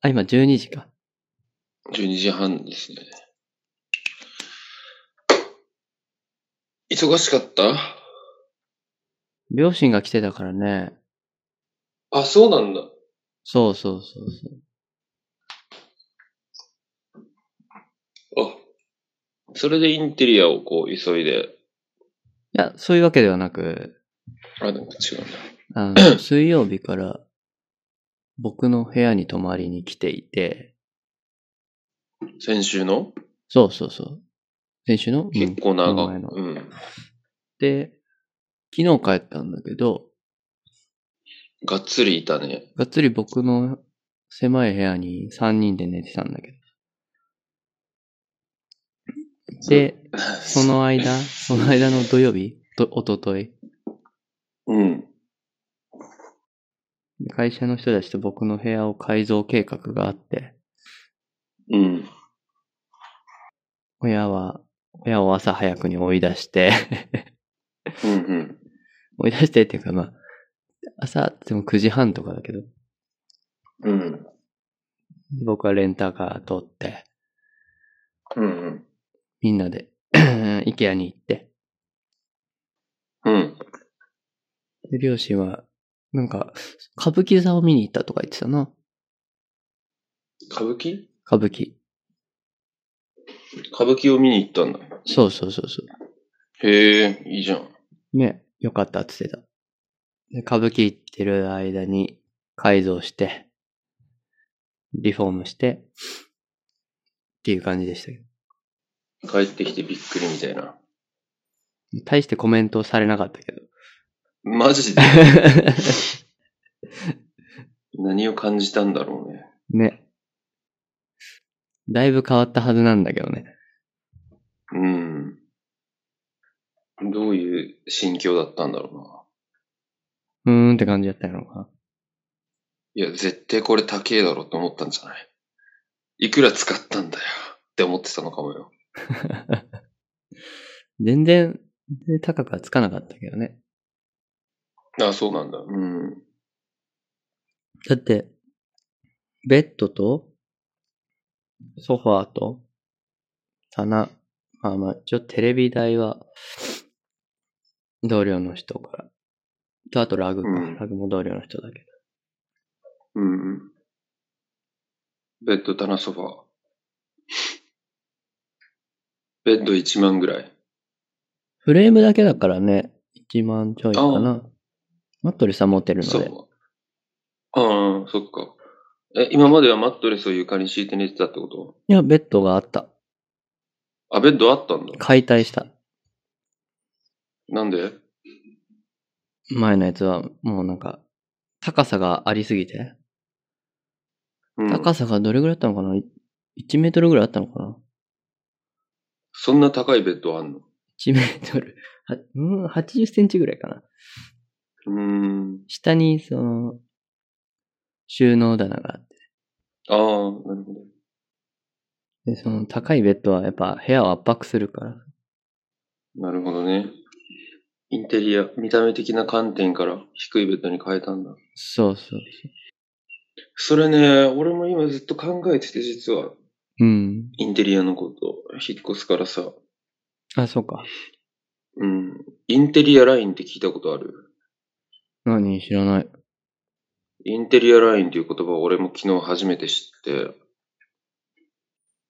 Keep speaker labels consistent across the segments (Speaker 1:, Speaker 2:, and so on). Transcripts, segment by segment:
Speaker 1: あ、今12時か。
Speaker 2: 12時半ですね。忙しかった
Speaker 1: 両親が来てたからね。
Speaker 2: あ、そうなんだ。
Speaker 1: そうそうそうそう。
Speaker 2: あ、それでインテリアをこう急いで。
Speaker 1: いや、そういうわけではなく、
Speaker 2: あ、なんか違うんだ。
Speaker 1: あの、水曜日から僕の部屋に泊まりに来ていて、
Speaker 2: 先週の
Speaker 1: そうそうそう。先週の、うん
Speaker 2: 結、構長
Speaker 1: この前の
Speaker 2: く。うん。
Speaker 1: で、昨日帰ったんだけど、
Speaker 2: がっつりいたね。
Speaker 1: がっつり僕の狭い部屋に3人で寝てたんだけど。で、その間、その間の土曜日、と、おととい、
Speaker 2: うん。
Speaker 1: 会社の人たちと僕の部屋を改造計画があって、
Speaker 2: うん。
Speaker 1: 親は、親を朝早くに追い出して、
Speaker 2: うんうん。
Speaker 1: 追い出してっていうかまあ、朝でも9時半とかだけど、
Speaker 2: うん。
Speaker 1: 僕はレンタカー取って、
Speaker 2: うん
Speaker 1: みんなで、IKEA に行って、
Speaker 2: うん。うん。
Speaker 1: で、両親は、なんか、歌舞伎座を見に行ったとか言ってたな。
Speaker 2: 歌舞伎
Speaker 1: 歌舞伎。
Speaker 2: 歌舞伎を見に行ったんだ。
Speaker 1: そうそうそうそ
Speaker 2: へえ、いいじゃん。
Speaker 1: う。ね、よかったって言ってた。で、歌舞伎行ってる間に改造して、リフォームして、っていう感じでしたけど。
Speaker 2: 帰ってきてびっくりみたいな。
Speaker 1: 大してコメントされなかったけど。
Speaker 2: マジ で何を感じたんだろうね。
Speaker 1: ね。だいぶ変わったはずなんだけどね。
Speaker 2: うん。どういう心境だったんだろうな。
Speaker 1: うーんって感じだったのか。
Speaker 2: いや、絶対これ高えだろって思ったんじゃないいくら使ったんだよって思ってたのかもよ。
Speaker 1: 全然、全然高くはつかなかったけどね。
Speaker 2: あ、そうなんだ。うん。
Speaker 1: だって、ベッドと、ソファーと、棚、まあまあ、一応テレビ台は、同僚の人から。と、あとラグか。
Speaker 2: うん
Speaker 1: ラグも同僚の人だけど。
Speaker 2: うん。ベッド、棚、ソファー。ベッド1万ぐらい。
Speaker 1: フレームだけだからね、1万ちょいかな。マットレスは持てるの
Speaker 2: ソ
Speaker 1: で
Speaker 2: ファ。ー。ああ、そっか。え、今まではマットレスを床に敷いて寝てたってこと
Speaker 1: いや、ベッドがあった。
Speaker 2: あ、ベッドあったんだ。
Speaker 1: 解体した。
Speaker 2: なんで
Speaker 1: 前のやつは、もうなんか、高さがありすぎて。
Speaker 2: うん。
Speaker 1: 高さがどれぐらいあったのかな ?1 メートルぐらいあったのかな
Speaker 2: そんな高いベッドあんの
Speaker 1: 1メートル、はうん、80センチぐらいかな。
Speaker 2: うーん。
Speaker 1: 下に、その、収納棚があって。
Speaker 2: ああ、なるほど。
Speaker 1: で、その高いベッドはやっぱ部屋を圧迫するから。
Speaker 2: なるほどね。インテリア、見た目的な観点から低いベッドに変えたんだ。
Speaker 1: そうそう。
Speaker 2: それね、俺も今ずっと考えてて、実は、
Speaker 1: うん。
Speaker 2: インテリアのこと、引っ越すからさ。
Speaker 1: あ、そうか。
Speaker 2: うん。インテリアラインって聞いたことある
Speaker 1: 何知らない。
Speaker 2: インテリアラインっていう言葉を俺も昨日初めて知って、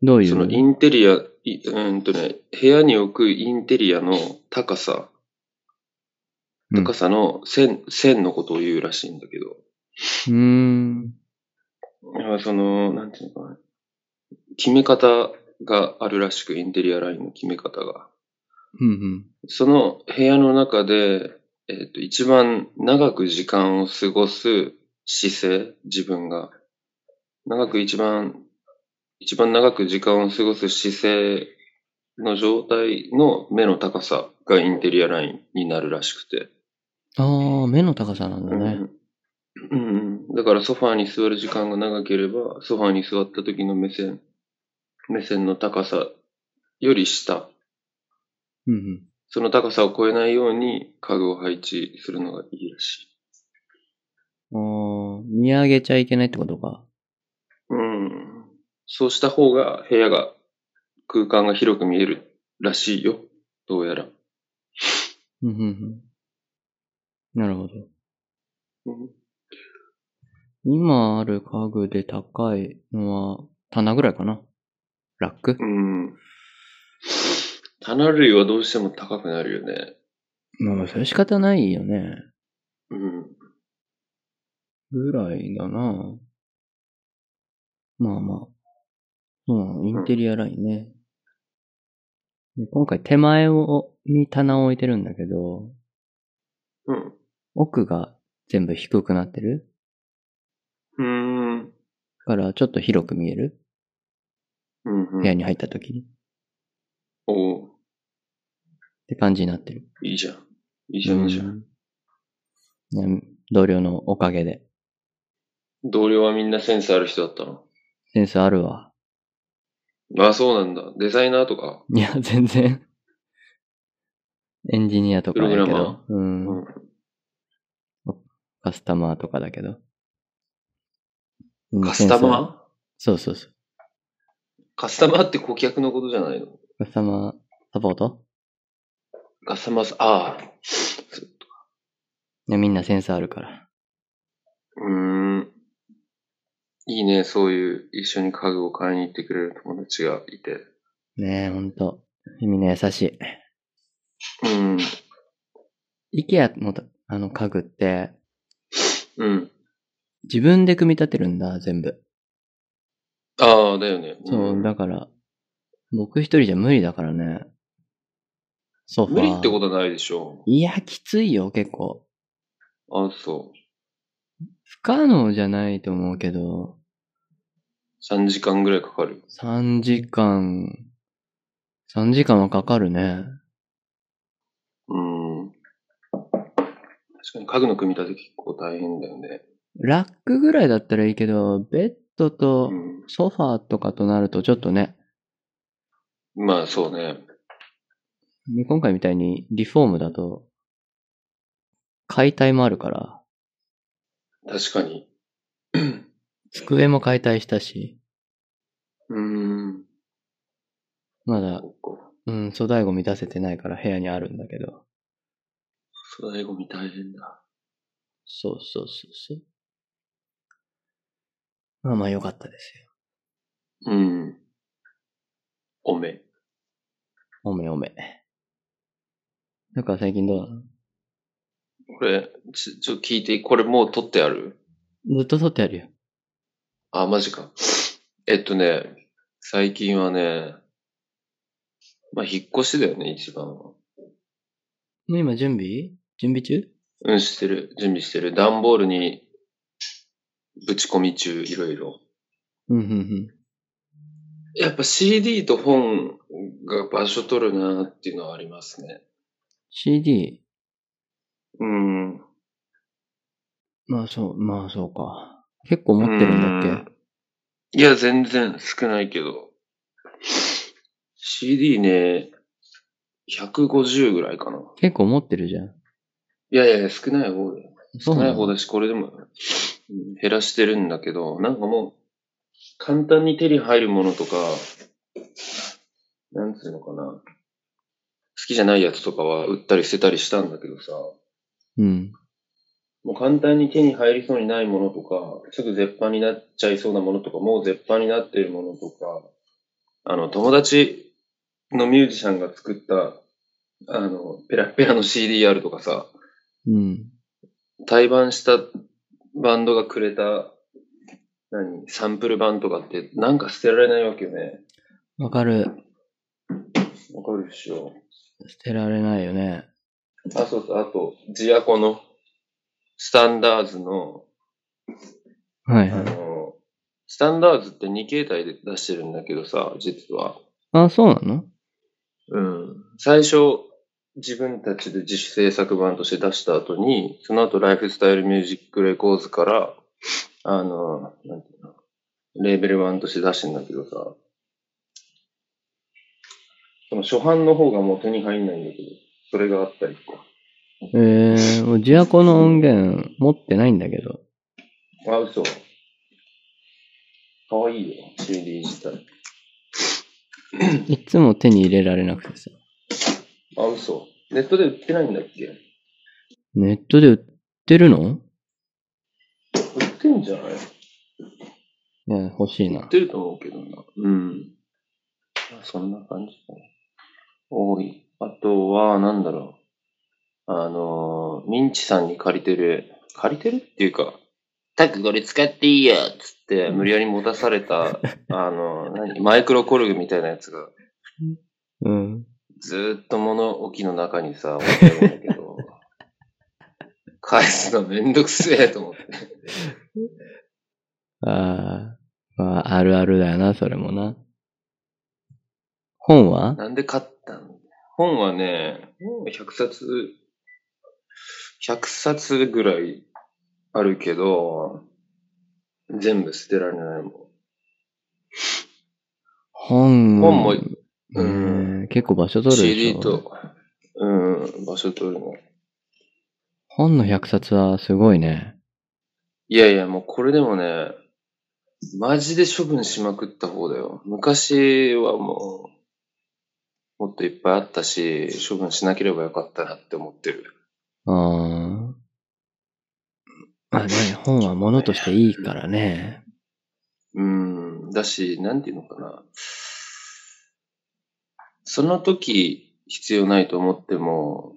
Speaker 1: どういう
Speaker 2: そのインテリア、いうんとね、部屋に置くインテリアの高さ、
Speaker 1: うん
Speaker 2: 高さの線、線のことを言うらしいんだけど、
Speaker 1: うーん。
Speaker 2: いやその、なんていうのかな。決め方があるらしく、インテリアラインの決め方が。
Speaker 1: うんうん。
Speaker 2: その部屋の中で、えっ、と、一番長く時間を過ごす姿勢、自分が。長く一番、一番長く時間を過ごす姿勢の状態の目の高さがインテリアラインになるらしくて。
Speaker 1: ああ、目の高さなんだ
Speaker 2: う
Speaker 1: ね。
Speaker 2: んうんうん、だからソファーに座る時間が長ければ、ソファーに座った時の目線、目線の高さより下、
Speaker 1: うんうん。
Speaker 2: その高さを超えないように家具を配置するのがいいらしい。
Speaker 1: あー見上げちゃいけないってことか。
Speaker 2: うそうした方が部屋が、空間が広く見えるらしいよ。どうやら。
Speaker 1: うんうんうん。なるほど。
Speaker 2: うん
Speaker 1: 今ある家具で高いのは棚ぐらいかなラック
Speaker 2: うん。棚類はどうしても高くなるよね。
Speaker 1: まあ、それ仕方ないよね。
Speaker 2: うん。
Speaker 1: ぐらいだなまあまあ。そうインテリアラインね。で今回手前を、に棚を置いてるんだけど、
Speaker 2: うん。
Speaker 1: 奥が全部低くなってる
Speaker 2: うん。
Speaker 1: からちょっと広く見える
Speaker 2: うん、う
Speaker 1: 部屋
Speaker 2: ん。
Speaker 1: に入った時に。っ
Speaker 2: おう
Speaker 1: て感じになってる。
Speaker 2: いいじゃん。いいじゃん、いいじゃん。
Speaker 1: うんね同僚のおかげで。
Speaker 2: 同僚はみんなセンスある人だったの。
Speaker 1: センスあるわ。
Speaker 2: あ、そうなんだ。デザイナーとか。
Speaker 1: いや、全然。エンジニアとかだけど。
Speaker 2: プログラマ
Speaker 1: うん
Speaker 2: うん。
Speaker 1: カスタマーとかだけど。
Speaker 2: カ
Speaker 1: セ
Speaker 2: スタ
Speaker 1: ンサー
Speaker 2: マ
Speaker 1: そうそうそう。
Speaker 2: ーカスタマーって顧客のことじゃないの
Speaker 1: カスタマーサポート
Speaker 2: カスタマーさ、ああ。
Speaker 1: いやみんなセンスあるから。
Speaker 2: うーん。いいね、そういう一緒に家具を買いに行ってくれる友達がいて。
Speaker 1: ねえ、ほんと。みんな優し
Speaker 2: うん。
Speaker 1: い。イケアのとあの家具って、
Speaker 2: うん。
Speaker 1: 自分で組み立てるんだ、全部。
Speaker 2: ああ、だよね。
Speaker 1: そう、
Speaker 2: ん
Speaker 1: だから、僕一人じゃ無理だからね。ソファー。
Speaker 2: 無理ってことないでしょ。
Speaker 1: いや、きついよ、結構。
Speaker 2: あそう。
Speaker 1: 不可能じゃないと思うけど、
Speaker 2: 3時間ぐらいかかる。
Speaker 1: 3時間、3時間はかかるね。
Speaker 2: うん。確かに家具の組み立て結構大変だよね。
Speaker 1: ラックぐらいだったらいいけど、ベッドと
Speaker 2: うん。
Speaker 1: ソファーとかとなるとちょっとね、
Speaker 2: まあそうね。
Speaker 1: で今回みたいにリフォームだと、解体もあるから、
Speaker 2: 確かに。
Speaker 1: 机も解体したし、
Speaker 2: うん。
Speaker 1: まだ、
Speaker 2: そっか。
Speaker 1: うん、粗大ゴミ出せてないから部屋にあるんだけど。
Speaker 2: 粗大ゴミ大変だ。
Speaker 1: そうそうそうそう。まあまあ良かったですよ。
Speaker 2: うん。おめ。
Speaker 1: おめおめ。だから最近どうなの
Speaker 2: これ、ち、ちょ、聞いていい、これもう撮ってある
Speaker 1: ずっと撮ってあるよ。
Speaker 2: あ、マジか。えっとね、最近はね、まあ、引っ越しだよね、一番は。
Speaker 1: もう今準備準備中
Speaker 2: うん、してる。準備してる。段ボールに、ぶち込み中、いろいろ。
Speaker 1: うん、うん、うん。
Speaker 2: やっぱ CD と本が場所取るなっていうのはありますね。
Speaker 1: CD?
Speaker 2: うん。
Speaker 1: まあそう、まあそうか。結構持ってるんだっけ
Speaker 2: けいや、全然少ないけど。CD ね、150ぐらいかな。
Speaker 1: 結構持ってるじゃん。
Speaker 2: いやいやいや、少ない方だよ。
Speaker 1: そ
Speaker 2: 少
Speaker 1: う
Speaker 2: な
Speaker 1: ない
Speaker 2: 方
Speaker 1: の
Speaker 2: だし、これでも、うん減らしてるんだけど、なんかもう、簡単に手に入るものとか、なんつうのかな。好きじゃないやつとかは売ったり捨てたりしたんだけどさ、
Speaker 1: うん。
Speaker 2: もう簡単に手に入りそうにないものとか、すぐ絶版になっちゃいそうなものとか、もう絶版になってるものとか、あの、友達のミュージシャンが作った、あの、ペラペラの CDR とかさ、
Speaker 1: うん。
Speaker 2: 対バンしたバンドがくれた、何、サンプル版とかって、なんか捨てられないわけよね。
Speaker 1: わかる。
Speaker 2: わかるでしょ。
Speaker 1: 捨てられないよね。
Speaker 2: あ、そうそう、あと、ジアコの、スタンダーズの、
Speaker 1: はい
Speaker 2: あ
Speaker 1: はい。
Speaker 2: の、スタンダーズって2形態で出してるんだけどさ、実は。
Speaker 1: あ、そうなの
Speaker 2: うん。最初、自分たちで自主制作版として出した後に、その後、ライフスタイルミュージックレコーズから、あの、なんていうの、レーベル版として出してんだけどさ、その初版の方がもう手に入んないんだけど、それがあったりとか。
Speaker 1: えー、もうジアコの音源持ってないんだけど。
Speaker 2: あ、嘘。かわいいよ、CD 自体。
Speaker 1: いつも手に入れられなくてさ。
Speaker 2: あ、嘘。ネットで売ってないんだっけ売
Speaker 1: ネットで売ってるの
Speaker 2: ってんじゃない
Speaker 1: いや、欲しい
Speaker 2: 売っ
Speaker 1: な。
Speaker 2: てると思うけどな。うん。まあそんな感じかな。多い。あとは、なんだろう。あのーミンチさんに借りてる、借りてるっていうか、タックこれ使っていいよっつって、無理やり持たされ た、あのー何マイクロコルグみたいなやつが、
Speaker 1: うん。
Speaker 2: ずーっと物置の中にさ、置いてあるんだけ ど、返すのめんどくせえと思って。
Speaker 1: ああ、まあ、あるあるだよな、それもな。本は
Speaker 2: なんで買ったん本はね、もう100冊、100冊ぐらいあるけど、全部捨てられないもん。
Speaker 1: 本。
Speaker 2: 本も
Speaker 1: ねえ
Speaker 2: う
Speaker 1: 結構場所取るでしょ。
Speaker 2: CD と、うん、場所取るの。
Speaker 1: 本の100冊はすごいね。
Speaker 2: いやいや、もうこれでもね、マジで処分しまくった方だよ。昔はもう、もっといっぱいあったし、処分しなければよかったなって思ってる。
Speaker 1: あーまあね、本は物としていいからね。
Speaker 2: うん、だし、なんていうのかな。その時必要ないと思っても、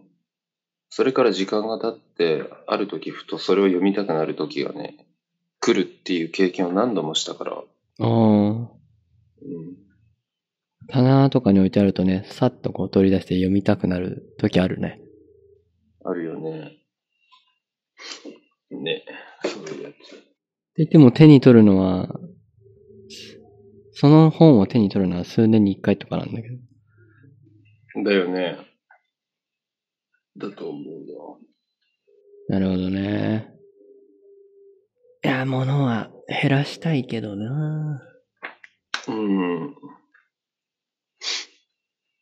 Speaker 2: それから時間が経って、ある時ふとそれを読みたくなる時がね、来るっていう経験を何度もしたから。
Speaker 1: うん。
Speaker 2: うん、
Speaker 1: 棚とかに置いてあるとね、さっとこう取り出して読みたくなる時あるね。
Speaker 2: あるよね。ね。そういうやつ。
Speaker 1: で、でも手に取るのは、その本を手に取るのは数年に一回とかなんだけど。
Speaker 2: だよね。だと思う
Speaker 1: なるほどね。いや、物は減らしたいけどな。
Speaker 2: な。うん。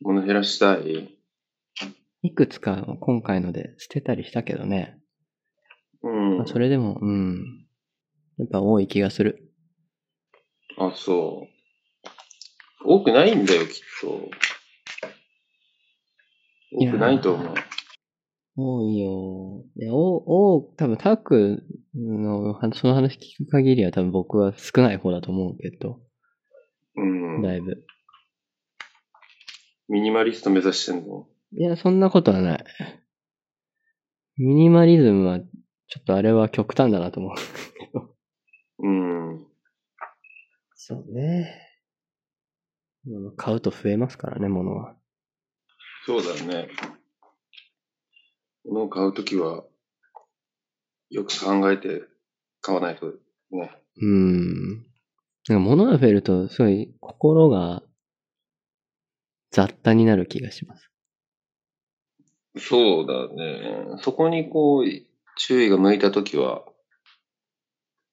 Speaker 2: 物減らしたい。
Speaker 1: いくつか今回ので捨てたりしたけどね。
Speaker 2: うん。
Speaker 1: まあ、それでも、うん。やっぱ多い気がする。
Speaker 2: あ、そう。多くないんだよ、きっと。
Speaker 1: い
Speaker 2: 多
Speaker 1: やー
Speaker 2: くないと思う。
Speaker 1: 多いよ。いや、お、お、多分タックの話、その話聞く限りは多分僕は少ない方だと思うけど、
Speaker 2: うん。
Speaker 1: だいぶ。
Speaker 2: ミニマリスト目指してんの。
Speaker 1: いや、そんなことはない。ミニマリズムは、ちょっとあれは極端だなと思う。
Speaker 2: うん。
Speaker 1: そうね。買うと増えますからね、物は。
Speaker 2: そうだよね。物を買うときは、よく考えて買わないとね。
Speaker 1: うん。なんか物が増えると、すごい心が雑多になる気がします。
Speaker 2: そうだね。そこにこう、注意が向いたときは、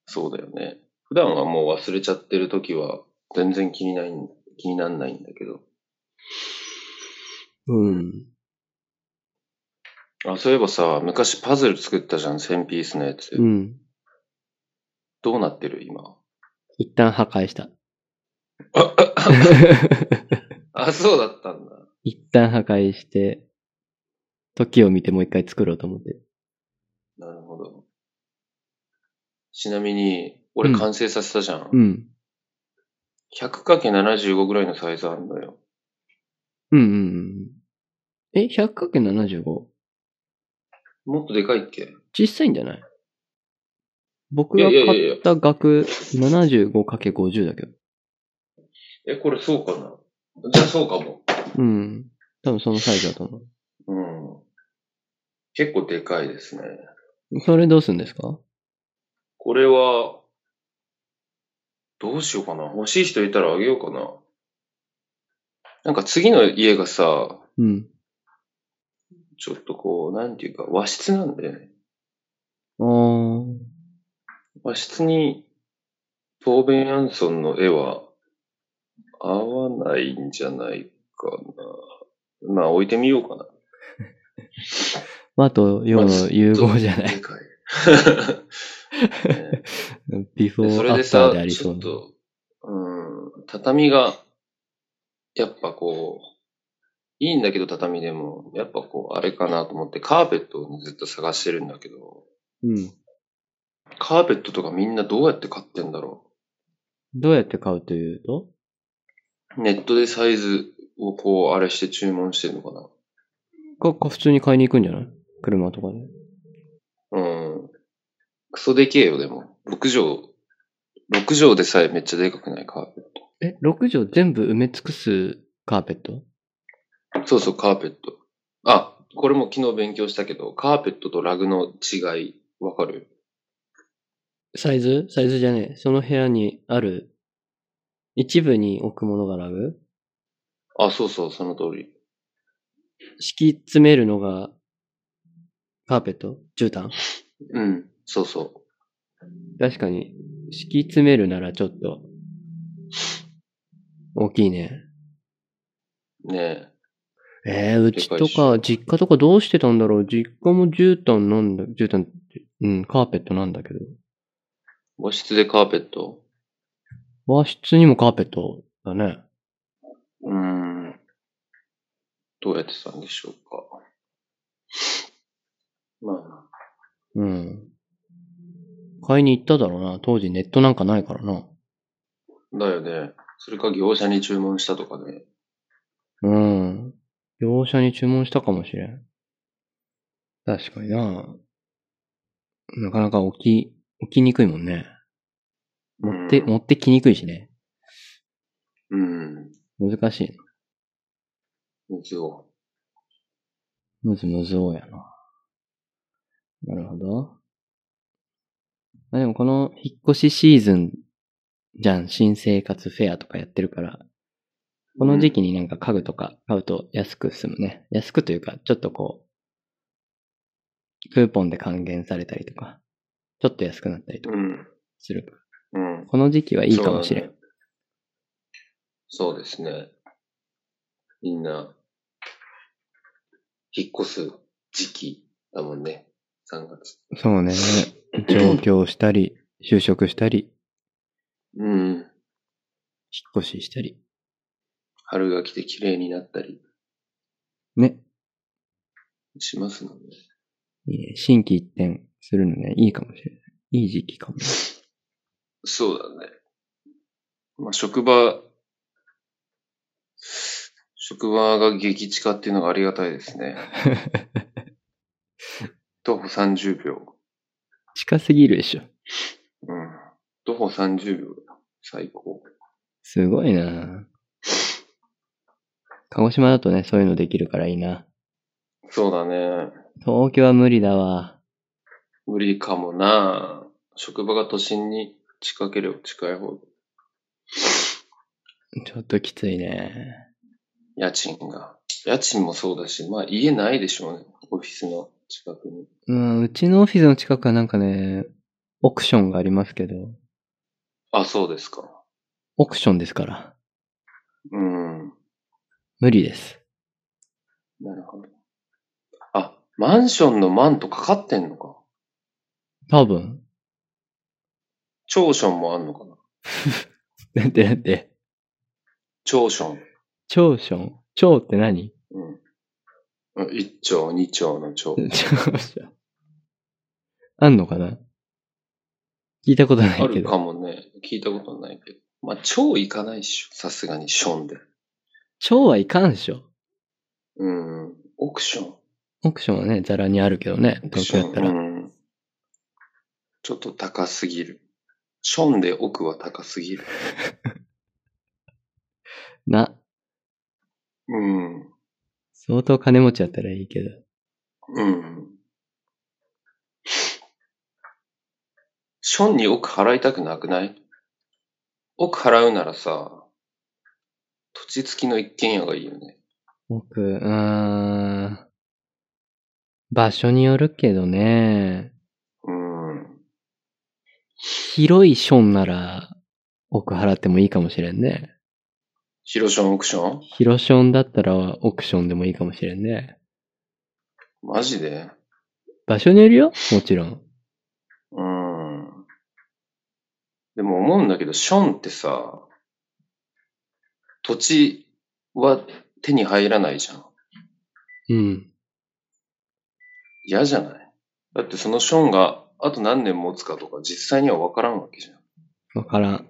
Speaker 2: そうだよね。普段はもう忘れちゃってるときは、全然気にない、気になんないんだけど。
Speaker 1: うん。
Speaker 2: あ、そういえばさ、昔パズル作ったじゃん、1000ピースのやつ。
Speaker 1: うん。
Speaker 2: どうなってる今。
Speaker 1: 一旦破壊 した。
Speaker 2: あ、そうだったんだ。
Speaker 1: 一旦破壊して、時を見てもう一回作ろうと思って。
Speaker 2: なるほど。ちなみに、俺
Speaker 1: うん
Speaker 2: 完成させたじゃん。
Speaker 1: ん。
Speaker 2: 100×75 ぐらいのサイズあんだよ。
Speaker 1: うんうんうん。え、100×75?
Speaker 2: もっとでかいっけ
Speaker 1: 小さいんじゃない僕が
Speaker 2: いやいやいやい
Speaker 1: 買
Speaker 2: や
Speaker 1: った額 75×50 だけど。
Speaker 2: え、これそうかなじゃあそうかも。
Speaker 1: うん。多分そのサイズだと思
Speaker 2: うん。結構でかいですね。
Speaker 1: う。それどうするんですか
Speaker 2: これは、どうしようかな。欲しい人いたらあげようかな。なんか次の家がさ、
Speaker 1: うん。
Speaker 2: ちょっとこう、なんていうか、和室なんだよね。
Speaker 1: あー。
Speaker 2: 和室に、トーベン・ヤンソンの絵は、合わないんじゃないかな。まあ、置いてみようかな。
Speaker 1: まあ、あと、世の融合じゃ ない。
Speaker 2: でかい。ね
Speaker 1: ビフ
Speaker 2: で
Speaker 1: ォ
Speaker 2: そ
Speaker 1: ー
Speaker 2: れ
Speaker 1: ア
Speaker 2: で
Speaker 1: フタ
Speaker 2: さ
Speaker 1: ーであ、り
Speaker 2: ち
Speaker 1: そう
Speaker 2: ょっ
Speaker 1: な。
Speaker 2: と、畳が、やっぱこう、いいんだけど畳でも、やっぱこう、あれかなと思って、カーペットをずっと探してるんだけど、
Speaker 1: うん。
Speaker 2: カーペットとかみんなどうやって買ってんだろ
Speaker 1: どうやって買うというと
Speaker 2: う。ネットでサイズをこう、あれして注文してんのかな。
Speaker 1: か、か普通に買いに行くんじゃない車とかで。
Speaker 2: うん。クソでけえよ、でも。6畳。6畳でさえめっちゃでかくないカーペッ
Speaker 1: え、6畳全部埋め尽くすカーペット
Speaker 2: ト。そうそう、カーペット。あ、これも昨日勉強したけど、カーペットとラグの違い、わかる
Speaker 1: サイズサイズじゃねえ。その部屋にある、一部に置くものがラグ
Speaker 2: あ、そうそう、その通り。
Speaker 1: 敷き詰めるのが、カーペット絨毯
Speaker 2: うん、そうそ
Speaker 1: 確かに、敷き詰めるならちょっと、大きいね。
Speaker 2: う。ね
Speaker 1: えー、うちと
Speaker 2: でか
Speaker 1: か、実家とかどうしてたんだろう実家も絨毯なんだ、絨毯って、うん、カーペットなんだけど。
Speaker 2: え。和室でカーペット
Speaker 1: 和室にもカーペットだね。
Speaker 2: うーん。どうやってたんでしょうか。まあ、
Speaker 1: うん。買いに行っただろうな。当時ネットなんかないからな。
Speaker 2: だよね。それか業者に注文したとかね。
Speaker 1: うん。業者に注文したかもしれん。確かにな。なかなか起き、起きにくいもんね。持って、
Speaker 2: うん
Speaker 1: 持ってきにくいしね。
Speaker 2: うん。
Speaker 1: 難しいな。
Speaker 2: 水を。
Speaker 1: むずむずおうやな。なるほど。まあでもこの引っ越しシーズンじゃん。新生活フェアとかやってるから。この時期になんか家具とか買うと安く済むね。安くというか、ちょっとこう、クーポンで還元されたりとか、ちょっと安くなったりとか
Speaker 2: うん。
Speaker 1: する。
Speaker 2: うん。
Speaker 1: この時期はいいかもしれん。
Speaker 2: そう,、そうですね。みんな、引っ越す時期だもんね。3月。
Speaker 1: そうね。上京したり、就職したり、
Speaker 2: うん。
Speaker 1: 引っ越ししたり。
Speaker 2: 春が来て綺麗になったり
Speaker 1: ね。
Speaker 2: しますもんね。
Speaker 1: いいね新規一転するのね、いいかもしれない。いい時期かも。
Speaker 2: そうだね。まあ、職場、職場が激地下っていうのがありがたいですね。徒歩30秒。
Speaker 1: 近すぎるでしょ。
Speaker 2: うん。徒歩30秒だ。最高。
Speaker 1: すごいな鹿児島だとね、そういうのできるからいいな。
Speaker 2: そうだね。
Speaker 1: 東京は無理だわ。
Speaker 2: 無理かもな職場が都心に近ければ近いほど、
Speaker 1: ちょっときついね。
Speaker 2: 家賃が。家賃もそうだし、まあ家ないでしょうね。オフィスの近くに。
Speaker 1: うん、うちのオフィスの近くはなんかね、オークションがありますけど、
Speaker 2: あ、そうですか。
Speaker 1: オークションですから、
Speaker 2: うん。
Speaker 1: 無理です。
Speaker 2: なるほど。あ、マンションのマンとかかってんのか。
Speaker 1: 多分。
Speaker 2: 長ションもあんのかな。
Speaker 1: なんてなんて、
Speaker 2: 長ション。
Speaker 1: 長所長って何
Speaker 2: うん。一丁、二丁の長。
Speaker 1: 長所。あんのかな聞いたことな
Speaker 2: あ
Speaker 1: いけ
Speaker 2: る
Speaker 1: ど。
Speaker 2: かもね。聞いたことないけど。まあ、長いかないっしょ。さすがに、ションで。
Speaker 1: 超はいかんでしょ。
Speaker 2: うん。オークション。
Speaker 1: オークションはね、ザラにあるけどね、
Speaker 2: オーク
Speaker 1: 東
Speaker 2: シ
Speaker 1: 京
Speaker 2: ョ
Speaker 1: やったら。
Speaker 2: ン。うん。ちょっと高すぎる。ションで奥は高すぎる。
Speaker 1: な、
Speaker 2: うん。
Speaker 1: 相当金持ちやったらいいけど。
Speaker 2: うん。ションに奥払いたくなくない奥払うならさ、土地付きの一軒家がいいよね。
Speaker 1: 僕、うーん。場所によるけどね、
Speaker 2: うん。
Speaker 1: 広いションなら、奥払ってもいいかもしれんね。
Speaker 2: 広ションオークション
Speaker 1: 広ションだったら、オークションでもいいかもしれんね。
Speaker 2: マジで
Speaker 1: 場所によるよもちろん。
Speaker 2: うん。でも思うんだけど、ションってさ、土地は手に入らないじゃん。
Speaker 1: うん。
Speaker 2: 嫌じゃないだってそのションがあと何年持つかとか実際には分からんわけじゃん。
Speaker 1: わからん。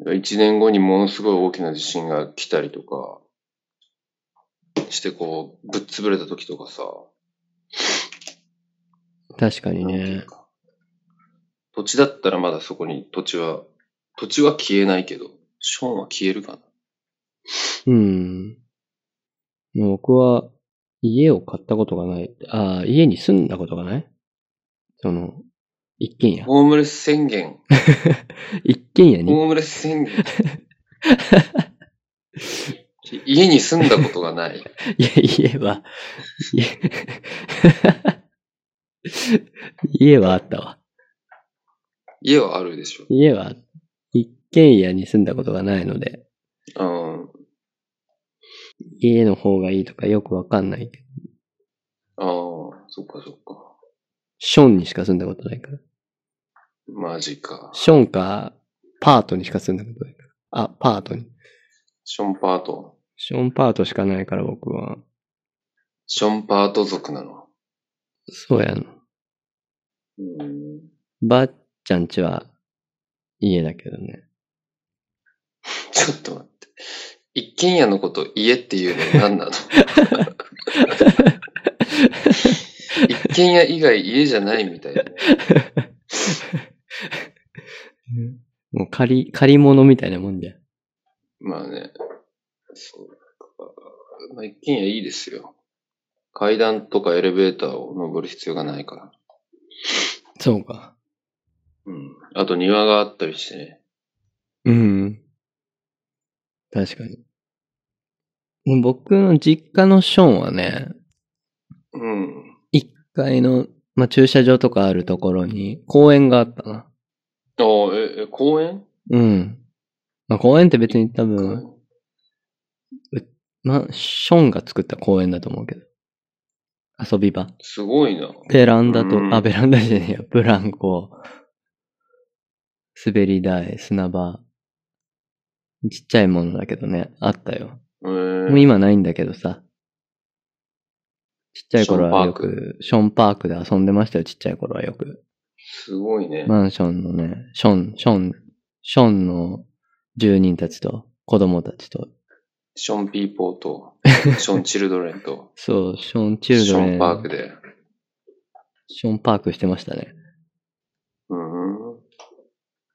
Speaker 2: 1年後にものすごい大きな地震が来たりとかしてこうぶっ潰れた時とかさ、
Speaker 1: 確かに
Speaker 2: なんていう
Speaker 1: ね。
Speaker 2: か土地だったらまだそこに土地は、土地は消えないけど、ショーンは消えるかな。
Speaker 1: うん。もう僕は、家を買ったことがない。ああ、家に住んだことがないその、一軒家。
Speaker 2: ホームレス宣言。
Speaker 1: 一軒家に。
Speaker 2: ホームレス宣言。家に住んだことがない。
Speaker 1: いや、家は、家 家はあったわ。
Speaker 2: 家はあるでしょ。
Speaker 1: 家は、一軒家に住んだことがないので、
Speaker 2: うん。
Speaker 1: 家の方がいいとかよくわかんないけど、
Speaker 2: ああ、そっかそっか。
Speaker 1: ションにしか住んだことないから。
Speaker 2: マジか。
Speaker 1: ションか、パートにしか住んだことないから。あ、パートに。
Speaker 2: ションパート。
Speaker 1: ションパートしかないから僕は。
Speaker 2: ションパート族なの。
Speaker 1: そうやの。
Speaker 2: うん。
Speaker 1: ばっちゃんちは、家だけどね。
Speaker 2: ちょっと待って。一軒家のこと家っていうのは何なの一軒家以外家じゃないみたいな。
Speaker 1: もう借り、借り物みたいなもんじゃん。
Speaker 2: まあね。そうか。まあ、一軒家いいですよ。階段とかエレベーターを登る必要がないから。
Speaker 1: そうか。
Speaker 2: うん。あと庭があったりしてね。
Speaker 1: うん。確かに。僕の実家のションはね、
Speaker 2: うん。
Speaker 1: 1階の、まあ、駐車場とかあるところに公園があったな。
Speaker 2: ああ、え、え公園
Speaker 1: うん。まあ、公園って別に多分、まあ、ションが作った公園だと思うけど。遊び場。
Speaker 2: すごいな。
Speaker 1: ベランダと
Speaker 2: う、ん
Speaker 1: あ、ベランダじゃねえよ。ブランコ、滑り台、砂場。ちっちゃいものだけどね、あったよ。
Speaker 2: え
Speaker 1: もう
Speaker 2: ー、
Speaker 1: 今ないんだけどさ。ちっちゃい頃はよく、ションパークで遊んでましたよ、ちっちゃい頃はよく。
Speaker 2: すごいね。
Speaker 1: マンションのね、ション、ション、ションの住人たちと子供たちと、
Speaker 2: ションピーポ ーと、ションチルドレンと、
Speaker 1: そう、ションチ
Speaker 2: シ
Speaker 1: ルドレン、
Speaker 2: ョンパークで。
Speaker 1: ションパークしてましたね。
Speaker 2: うん。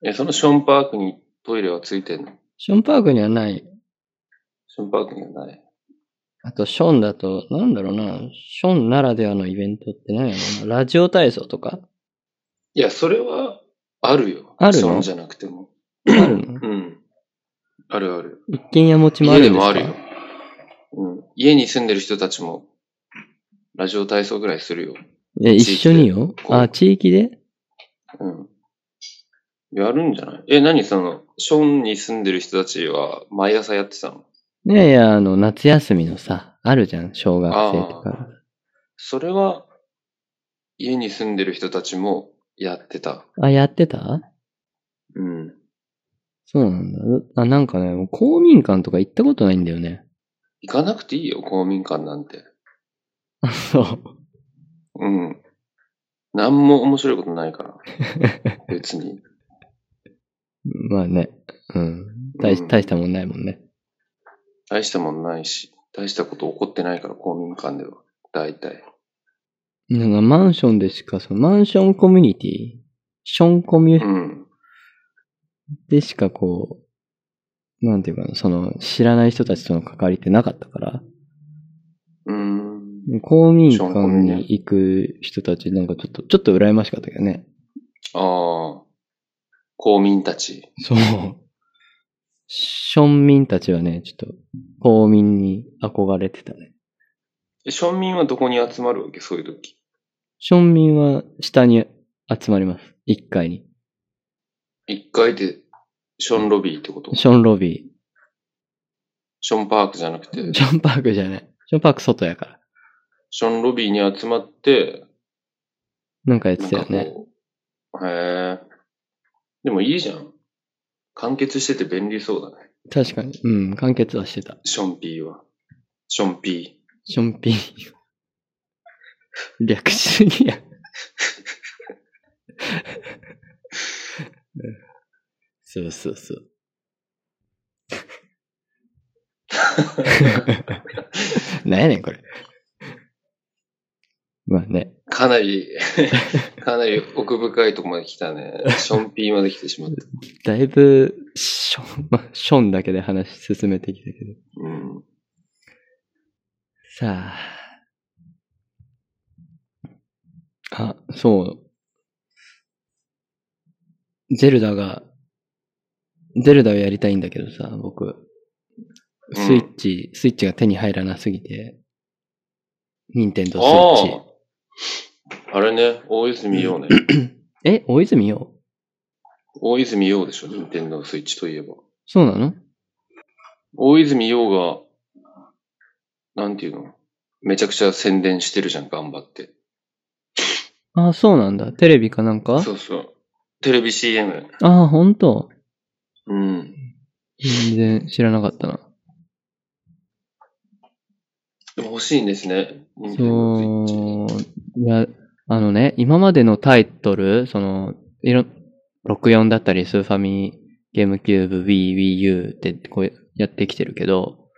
Speaker 2: え、そのションパークにトイレはついてんの
Speaker 1: ションパークにはない。
Speaker 2: ションパークにはない。
Speaker 1: あと、ションだと、なんだろうな、ションならではのイベントって何やろうな、ラジオ体操とか
Speaker 2: いや、それは、あるよ。
Speaker 1: あるの
Speaker 2: ションじゃなくても。
Speaker 1: あるの
Speaker 2: うん。あるある。
Speaker 1: 一軒家持ちもあ
Speaker 2: 家
Speaker 1: る
Speaker 2: で
Speaker 1: んです
Speaker 2: も
Speaker 1: か
Speaker 2: あるよ。うん。家に住んでる人たちも、ラジオ体操ぐらいするよ。
Speaker 1: え、一緒によ
Speaker 2: こう
Speaker 1: あ、地域で
Speaker 2: うん。やるんじゃないえ、何その、ションに住んでる人たちは、毎朝やってたの
Speaker 1: いやいや、あの、夏休みのさ、あるじゃん、小学生とか。
Speaker 2: それは、家に住んでる人たちもやってた。
Speaker 1: あやってた
Speaker 2: うん。
Speaker 1: そうなんだ。あ、なんかね、公民館とか行ったことないんだよね。
Speaker 2: 行かなくていいよ、公民館なんて。
Speaker 1: そう。
Speaker 2: うん。なんも面白いことないから。別に。
Speaker 1: まあね。うん。大
Speaker 2: う
Speaker 1: し
Speaker 2: ん
Speaker 1: 大したもんないもんね。
Speaker 2: 大したもんないし、大したこと起こってないから、公民館では。大体。
Speaker 1: なんかマンションでしか、そのマンションコミュニティ、ションコミ
Speaker 2: う
Speaker 1: ュ
Speaker 2: ん。
Speaker 1: でしかこう、なんていうかな、その知らない人たちとの関わりってなかったから、
Speaker 2: うん。
Speaker 1: 公民
Speaker 2: ションコ
Speaker 1: 館
Speaker 2: ミね
Speaker 1: に行く人たちなんかちょっと、ちょっと羨ましかったけどね。
Speaker 2: ああ。公民たち。
Speaker 1: そう。ション民たちはね、ちょっと公民に憧れてたね。
Speaker 2: え庶民はどこに集まるわけそういう時。
Speaker 1: ション民は下に集まります。1階に。
Speaker 2: 一階で、ションロビーってこと
Speaker 1: ションロビー。
Speaker 2: ションパークじゃなくて、
Speaker 1: ジョンパークじゃない。ジョンパーク外やから。
Speaker 2: ションロビーに集まって、
Speaker 1: なんかやって
Speaker 2: なん
Speaker 1: た
Speaker 2: か
Speaker 1: よね。
Speaker 2: こう、へえ。でもいいじゃん。完結してて便利そうだね。
Speaker 1: 確かに。うん、完結はしてた。
Speaker 2: ションピーは。ションピ
Speaker 1: ションピー。略しすぎや。そうそうそう。なんやねん、これ。まあね。
Speaker 2: ー。かなり、 かなり奥深いとこまで来た ね。ションピーまで来てしまった。
Speaker 1: だいぶ、ション、まあ、ションだけで話進めてきたけど。
Speaker 2: うん。
Speaker 1: さあ。あ、そう。ゼルダが、ゼルダをやりたいんだけどさ、僕。
Speaker 2: ん
Speaker 1: スイッチ、スイッチが手に入らなすぎて。ニンテンドースイッ
Speaker 2: ああ。あれね、大泉洋ね。
Speaker 1: チ。え、大泉洋
Speaker 2: 大泉洋でしょ、任天堂スイッチといえば。
Speaker 1: そうなの
Speaker 2: 大泉洋が、なんていうのめちゃくちゃ宣伝してるじゃん、頑張って。
Speaker 1: あ、そうなんだ。テレビかなんか
Speaker 2: そうそう。テレビ CM。
Speaker 1: あ、ほんと。
Speaker 2: うん。
Speaker 1: 全然知らなかったな。
Speaker 2: でも欲しいんですね、任天堂スイッチ。
Speaker 1: そう、いや、あのね、今までのタイトル、その、いろ、64だったり、スーファミ、ゲームキューブ、Wii、Wii U ってこうやってきてるけど、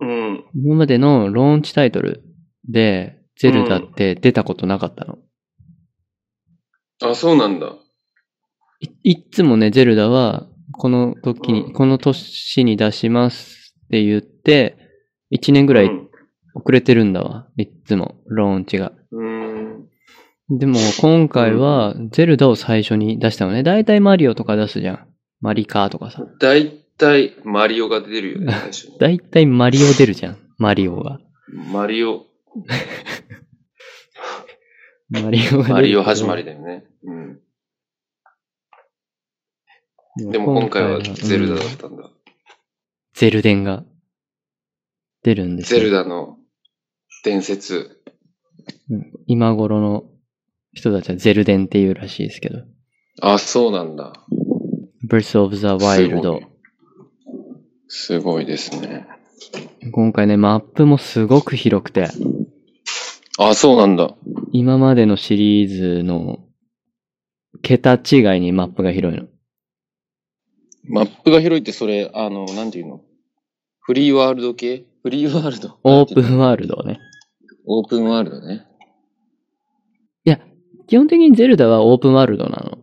Speaker 2: うん。
Speaker 1: 今までのローンチタイトルで、ゼルダって出たことなかったの。
Speaker 2: あ、そうなんだ。
Speaker 1: いいっつもね、ゼルダは、この時に、
Speaker 2: うん
Speaker 1: この年に出しますって言って、1年ぐら
Speaker 2: う
Speaker 1: い
Speaker 2: ん
Speaker 1: 遅れてるんだわ。いっつも、ローンチが。
Speaker 2: うーん。
Speaker 1: でも、今回は、ゼルダを最初に出したのね。だいたいマリオとか出すじゃん。マリカーとかさ。
Speaker 2: だいたいマリオが出るよね、最初に。
Speaker 1: だいたいマリオ出るじゃん。マリオが。
Speaker 2: マリオ、
Speaker 1: マリオが出るけど
Speaker 2: マリオ始まり。だよね。うん。でも今回はゼルダ
Speaker 1: う
Speaker 2: だ
Speaker 1: ん
Speaker 2: ったんだ。
Speaker 1: ゼルデンが出るんです
Speaker 2: ゼ
Speaker 1: よ
Speaker 2: ルダの伝説。
Speaker 1: 今頃の人たちはゼルデンっていうらしいですけど。
Speaker 2: あ、そうなんだ。
Speaker 1: Birth of the
Speaker 2: すご
Speaker 1: Wild
Speaker 2: い。すごいですね。
Speaker 1: 今回ね、マップもすごく広くて、
Speaker 2: あ、そうなんだ。
Speaker 1: 今までのシリーズの桁違いにマップが広いの。
Speaker 2: マップが広いってそれ、あの、なんていうのフリーワールド系フリーワールド。
Speaker 1: オープンワールドをね。
Speaker 2: オープンワールドね。
Speaker 1: いや、基本的にゼルダはオープンワールドなの。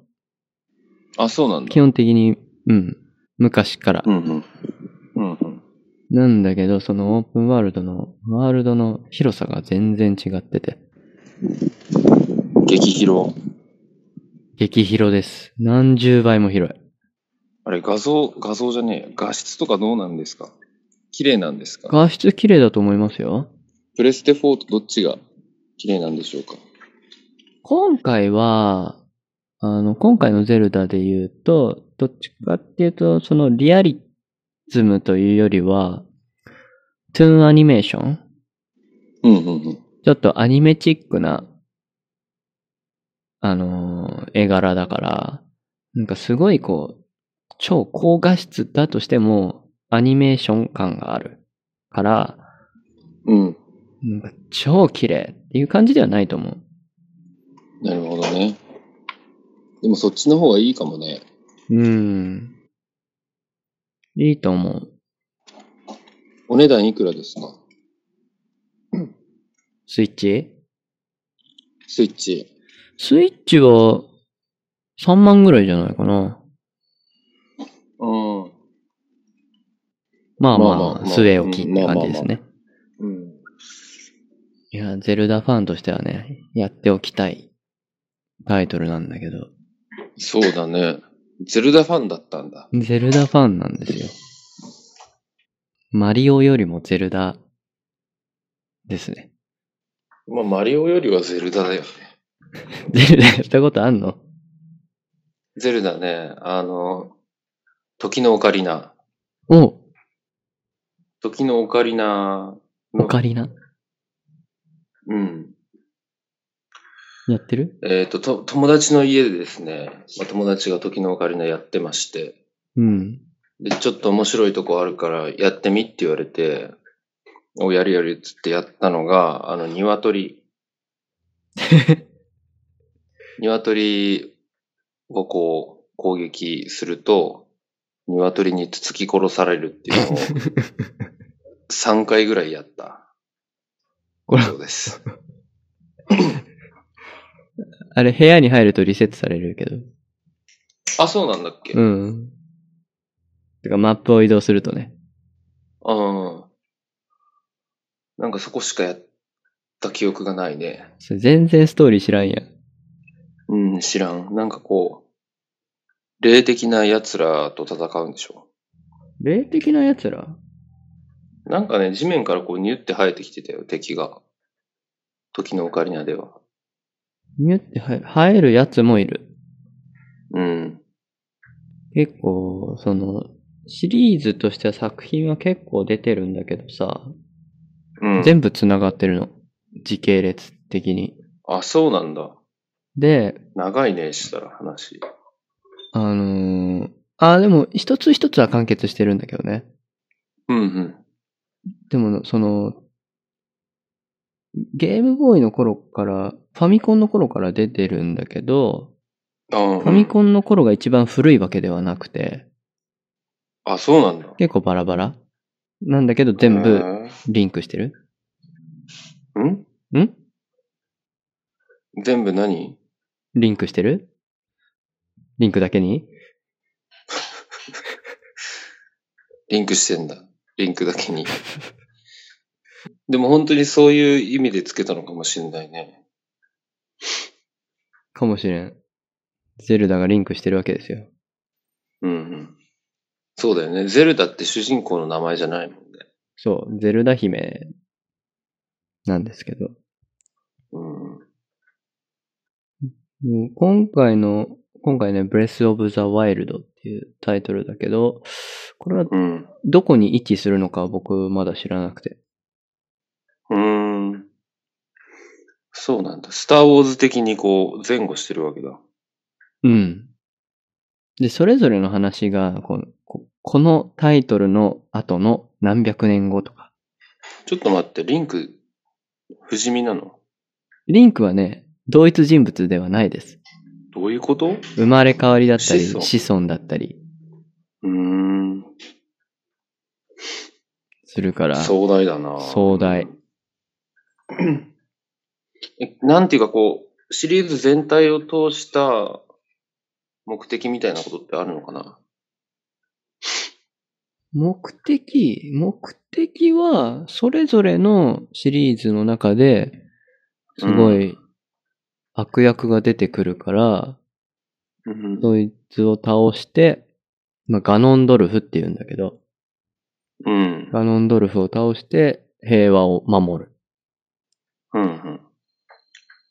Speaker 2: あ、そうなんだ
Speaker 1: 基。本的に、うん。昔から
Speaker 2: う。んうん。うんうん。
Speaker 1: なんだけど、そのオープンワールドの、ワールドの広さが全然違ってて、
Speaker 2: 激広。
Speaker 1: 激広です。何十倍も広い。
Speaker 2: あれ、画像、画像じゃねえや。画質とかどうなんですか綺麗なんですか
Speaker 1: 画質綺麗だと思いますよ。
Speaker 2: プレステ4とどっちが綺麗なんでしょうか
Speaker 1: 今回は、あの、今回のゼルダで言うと、どっちかっていうと、そのリアリズムというよりは、トゥーンアニメーション
Speaker 2: うんうんうん。
Speaker 1: ちょっとアニメチックな、あのー絵柄だから、なんかすごいこう、超高画質だとしても、アニメーション感があるから、
Speaker 2: うん。
Speaker 1: なんか超綺麗っていう感じではないと思う。
Speaker 2: なるほどね。でもそっちの方がいいかもね。
Speaker 1: うん。いいと思う。
Speaker 2: お値段いくらですか
Speaker 1: スイッチ
Speaker 2: スイッチ。
Speaker 1: スイッチは3万ぐらいじゃないかな。
Speaker 2: うん。
Speaker 1: まあまあ、
Speaker 2: まあまあまあ
Speaker 1: 据え置きって感じですね。
Speaker 2: うん。
Speaker 1: いや、ゼルダファンとしてはね、やっておきたいタイトルなんだけど、
Speaker 2: そうだね。ゼルダファンだったんだ。
Speaker 1: ゼルダファンなんですよ。マリオよりもゼルダですね。
Speaker 2: まあ、マリオよりはゼルダだよね。
Speaker 1: ゼルダやったことあんの
Speaker 2: ゼルダね、あの、時のオカリナ。
Speaker 1: お
Speaker 2: 時のオカリナの、
Speaker 1: オカリナ
Speaker 2: うん。
Speaker 1: やってる
Speaker 2: えっ、とと、友達の家でですね、まあ、友達が時のオカリナやってまして、
Speaker 1: うん。
Speaker 2: で、ちょっと面白いとこあるからやってみって言われて、お、やるやるっつってやったのが、あの、鶏。鶏をこう、攻撃すると、鶏に突き殺されるっていうのを、3回ぐらいやった。
Speaker 1: これ
Speaker 2: そうです。
Speaker 1: あれ、部屋に入るとリセットされるけど。
Speaker 2: あ、そうなんだっけ
Speaker 1: うん。てか、マップを移動するとね。
Speaker 2: うん。なんかそこしかやった記憶がないね。
Speaker 1: それ全然ストーリー知らんやん。
Speaker 2: うん、知らん。なんかこう、霊的な奴らと戦うんでしょ。
Speaker 1: 霊的な奴ら
Speaker 2: なんかね、地面からこうニュって生えてきてたよ、敵が。時のオカリナでは。
Speaker 1: ニュって入る入る奴もいる。
Speaker 2: うん。
Speaker 1: 結構、その、シリーズとしては作品は結構出てるんだけどさ、
Speaker 2: うん。
Speaker 1: 全部繋がってるの。時系列的に。
Speaker 2: あ、そうなんだ。
Speaker 1: で、
Speaker 2: 長いね、したら話。
Speaker 1: あのー、あー、でも一つ一つは完結してるんだけどね。
Speaker 2: うんうん。
Speaker 1: でも、その、ゲームボーイの頃から、ファミコンの頃から出てるんだけど、
Speaker 2: あーうん
Speaker 1: ファミコンの頃が一番古いわけではなくて、
Speaker 2: あ、そうなんだ。
Speaker 1: 結構バラバラなんだけど全
Speaker 2: へ
Speaker 1: 部リンクしてる。
Speaker 2: ーん
Speaker 1: ん
Speaker 2: 全部何
Speaker 1: リンクしてるリンクだけに
Speaker 2: リンクしてんだ。リンク だけに。でも本当にそういう意味でつけたのかもしれないね。
Speaker 1: かもしれん。ゼルダがリンクしてるわけですよ。
Speaker 2: うんうん。そうだよね。ゼルダって主人公の名前じゃないもんね。
Speaker 1: そう、ゼルダ姫なんですけど。
Speaker 2: うん。
Speaker 1: もう今回の、今回ね、ブレスオブザワイルドっていうタイトルだけど、これは
Speaker 2: うん。
Speaker 1: どこに位置するのか僕まだ知らなくて。
Speaker 2: うーん。そうなんだ。スター・ウォーズ的にこう、前後してるわけだ。
Speaker 1: うん。で、それぞれの話がこの、ここのタイトルの後の何百年後とか。
Speaker 2: ちょっと待って、リンク、不死身なの
Speaker 1: リンクはね、同一人物ではないです。
Speaker 2: どういうことう
Speaker 1: 生まれ変わりだったり、
Speaker 2: 子孫
Speaker 1: 子孫だったり
Speaker 2: ーん。
Speaker 1: するから、
Speaker 2: 壮大だな
Speaker 1: 壮大。
Speaker 2: えなんていうかこう、シリーズ全体を通した目的みたいなことってあるのかな
Speaker 1: 目的、目的は、それぞれのシリーズの中で、すごい悪役が出てくるから、
Speaker 2: うん
Speaker 1: ドイツを倒して、まあ、ガノンドルフって言うんだけど、
Speaker 2: うん。
Speaker 1: ガノンドルフを倒して平和を守る。
Speaker 2: うんうん。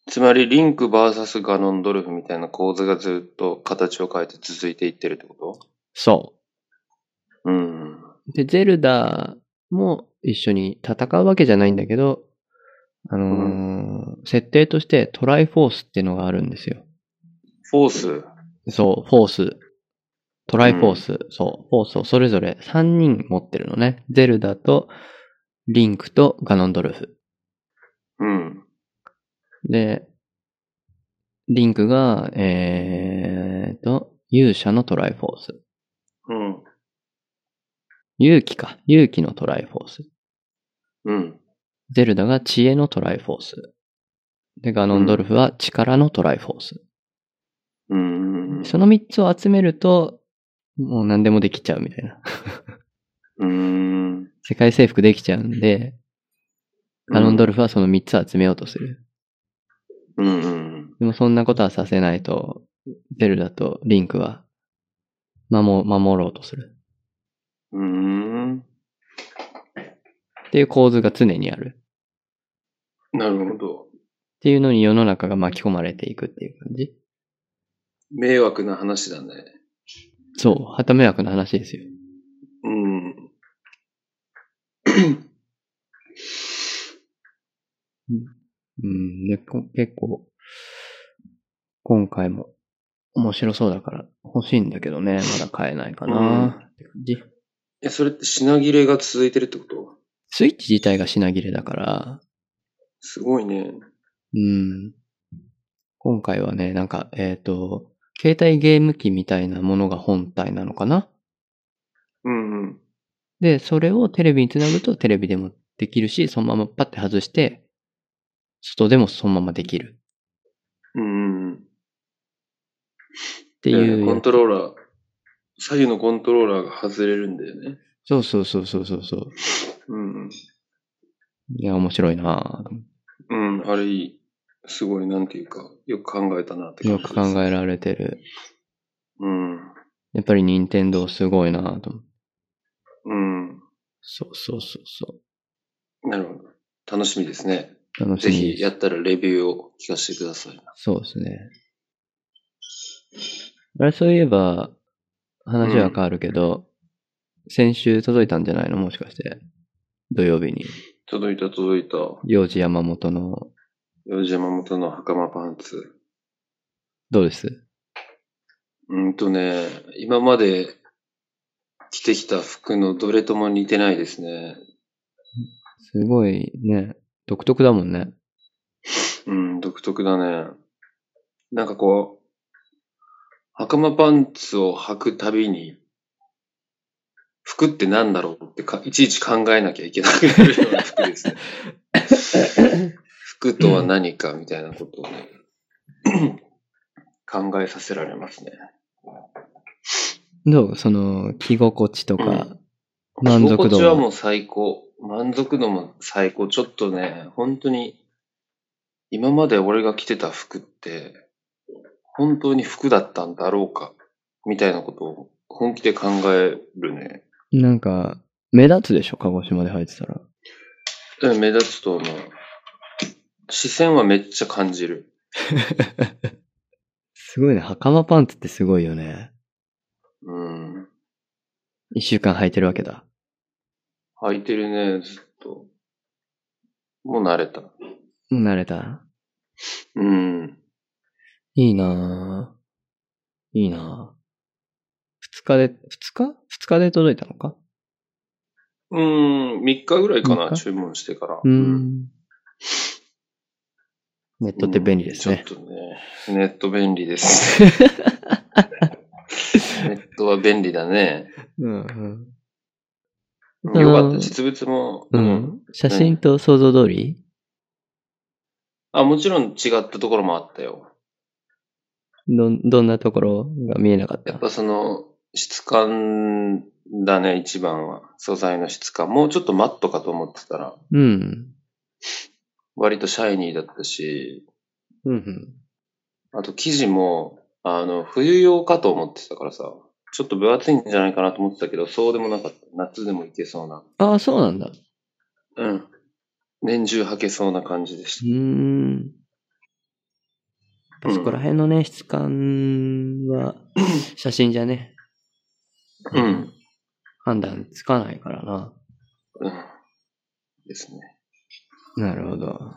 Speaker 2: つまり、リンク VS ガノンドルフみたいな構図がずっと形を変えて続いていってるってこ
Speaker 1: そ
Speaker 2: とうん。
Speaker 1: う。で、ゼルダも一緒に戦うわけじゃないんだけど、あのー設定としてトライフォースってのがあるんですよ。
Speaker 2: フォース。
Speaker 1: そう、フォース。トライフォース、そう、フォースをそれぞれ3人持ってるのね。ゼルダと、リンクとガノンドルフ。
Speaker 2: うん。
Speaker 1: で、リンクが、えーと、勇者のトライフォース。
Speaker 2: うん。
Speaker 1: 勇気か。勇気のトライフォース。
Speaker 2: うん。
Speaker 1: ゼルダが知恵のトライフォース。で、ガノンドルフは力のトライフォース。
Speaker 2: うん。
Speaker 1: その3つを集めると、もう何でもできちゃうみたい な。
Speaker 2: うん。
Speaker 1: 世界征服できちゃうんで、ガノンドルフはその3つ集めようとする。
Speaker 2: うんうん。
Speaker 1: でもそんなことはさせないと、ゼルダとリンクは、守、守ろうとする。
Speaker 2: うん。
Speaker 1: っていう構図が常にある。
Speaker 2: なるほど。
Speaker 1: っていうのに世の中が巻き込まれていくっていう感じ。
Speaker 2: 迷惑な話だね。
Speaker 1: そう、旗迷惑な話ですよ。
Speaker 2: うん。
Speaker 1: うん、でこ結構、今回も面白そうだから欲しいんだけどね、まだ買えないかな。じ
Speaker 2: え、それって品切れが続いてるってこと
Speaker 1: スイッチ自体が品切れだから、
Speaker 2: すごいね。
Speaker 1: うん。今回はね、なんか、えっ、と、携帯ゲーム機みたいなものが本体なのかな
Speaker 2: うんうん。
Speaker 1: で、それをテレビにつなぐとテレビでもできるし、そのままパッて外して、外でもそのままできる
Speaker 2: うんうん。っ
Speaker 1: っていう
Speaker 2: コ
Speaker 1: や
Speaker 2: ン
Speaker 1: つ。
Speaker 2: トローラー、左右のコントローラーが外れるんだよね。
Speaker 1: そうそうそうそうそうそう。
Speaker 2: うん
Speaker 1: いや、面白いなぁ
Speaker 2: うん。うん、あれいい。すごい、なんていうか、よく考えたなって感
Speaker 1: よ
Speaker 2: じで
Speaker 1: く
Speaker 2: す。
Speaker 1: 考えられてる。
Speaker 2: うん。
Speaker 1: やっぱり任天堂すごいなぁと思う。
Speaker 2: うん。
Speaker 1: そうそうそうそ
Speaker 2: なるほど。楽しみですね。
Speaker 1: う。楽し
Speaker 2: ぜ
Speaker 1: み
Speaker 2: ひ
Speaker 1: です。
Speaker 2: やったらレビューを聞かせてください。
Speaker 1: そうですね。あれ、そういえば、話は変わるけど、先週届いたんじゃないのもしかして。土曜日に。
Speaker 2: 届いた届いた。
Speaker 1: 幼児山本の、
Speaker 2: 四時山本の袴パンツ。
Speaker 1: どうです
Speaker 2: うんとね、今まで着てきた服のどれとも似てないですね。
Speaker 1: すごいね、独特だもんね。
Speaker 2: うん、独特だね。なんかこう、袴パンツを履くたびに、服ってなんだろうってか、いちいち考えなきゃいけなくなるような服ですね。服とは何かみたいなことをね、 考えさせられますね。
Speaker 1: どうその、着心地とか、満
Speaker 2: 着
Speaker 1: 足
Speaker 2: 心地は
Speaker 1: 度は。
Speaker 2: もう最高。満足度も最高。ちょっとね、本当に、今まで俺が着てた服って、本当に服だったんだろうか、みたいなことを本気で考えるね。
Speaker 1: なんか、目立つでしょ鹿児島で履いてたら。
Speaker 2: うん目立つと思う。視線はめっちゃ感じる。
Speaker 1: すごいね、袴パンツってすごいよね。
Speaker 2: うん。
Speaker 1: 一週間履いてるわけだ。
Speaker 2: 履いてるね、ずっと。もう慣れた。
Speaker 1: 慣れた
Speaker 2: うん。
Speaker 1: いいなぁ。いいなぁ。二日で、二日二日で届いたのか
Speaker 2: うん、3日ぐらいか
Speaker 1: 三
Speaker 2: な、
Speaker 1: 日
Speaker 2: 注文してから。
Speaker 1: うーん。ネットって便利ですね。
Speaker 2: うんちょっとね、ネット便 利ですね。ネットは便利だね。
Speaker 1: うん、うん。
Speaker 2: よ
Speaker 1: うん
Speaker 2: かった。実物も、
Speaker 1: う
Speaker 2: うん
Speaker 1: ん。写真と想像通り、
Speaker 2: あ、もちろん違ったところもあったよ。
Speaker 1: どん、どんなところが見えなかっ
Speaker 2: やったぱその、質感だね、一番は。素材の質感。もうちょっとマットかと思ってたら、
Speaker 1: うん。
Speaker 2: 割とシャイニーだったし、
Speaker 1: うんうん。
Speaker 2: あと生地も、あの、冬用かと思ってたからさ、ちょっと分厚いんじゃないかなと思ってたけど、そうでもなかった。夏でもいけそうな。
Speaker 1: ああ、そうなんだ。う
Speaker 2: うん。年中履けそうな感じでした。
Speaker 1: ーん。
Speaker 2: うん
Speaker 1: そこら辺のね、質感は、写真じゃね、
Speaker 2: うん。
Speaker 1: 判断つかないからな。
Speaker 2: うん。ですね。
Speaker 1: なるほど。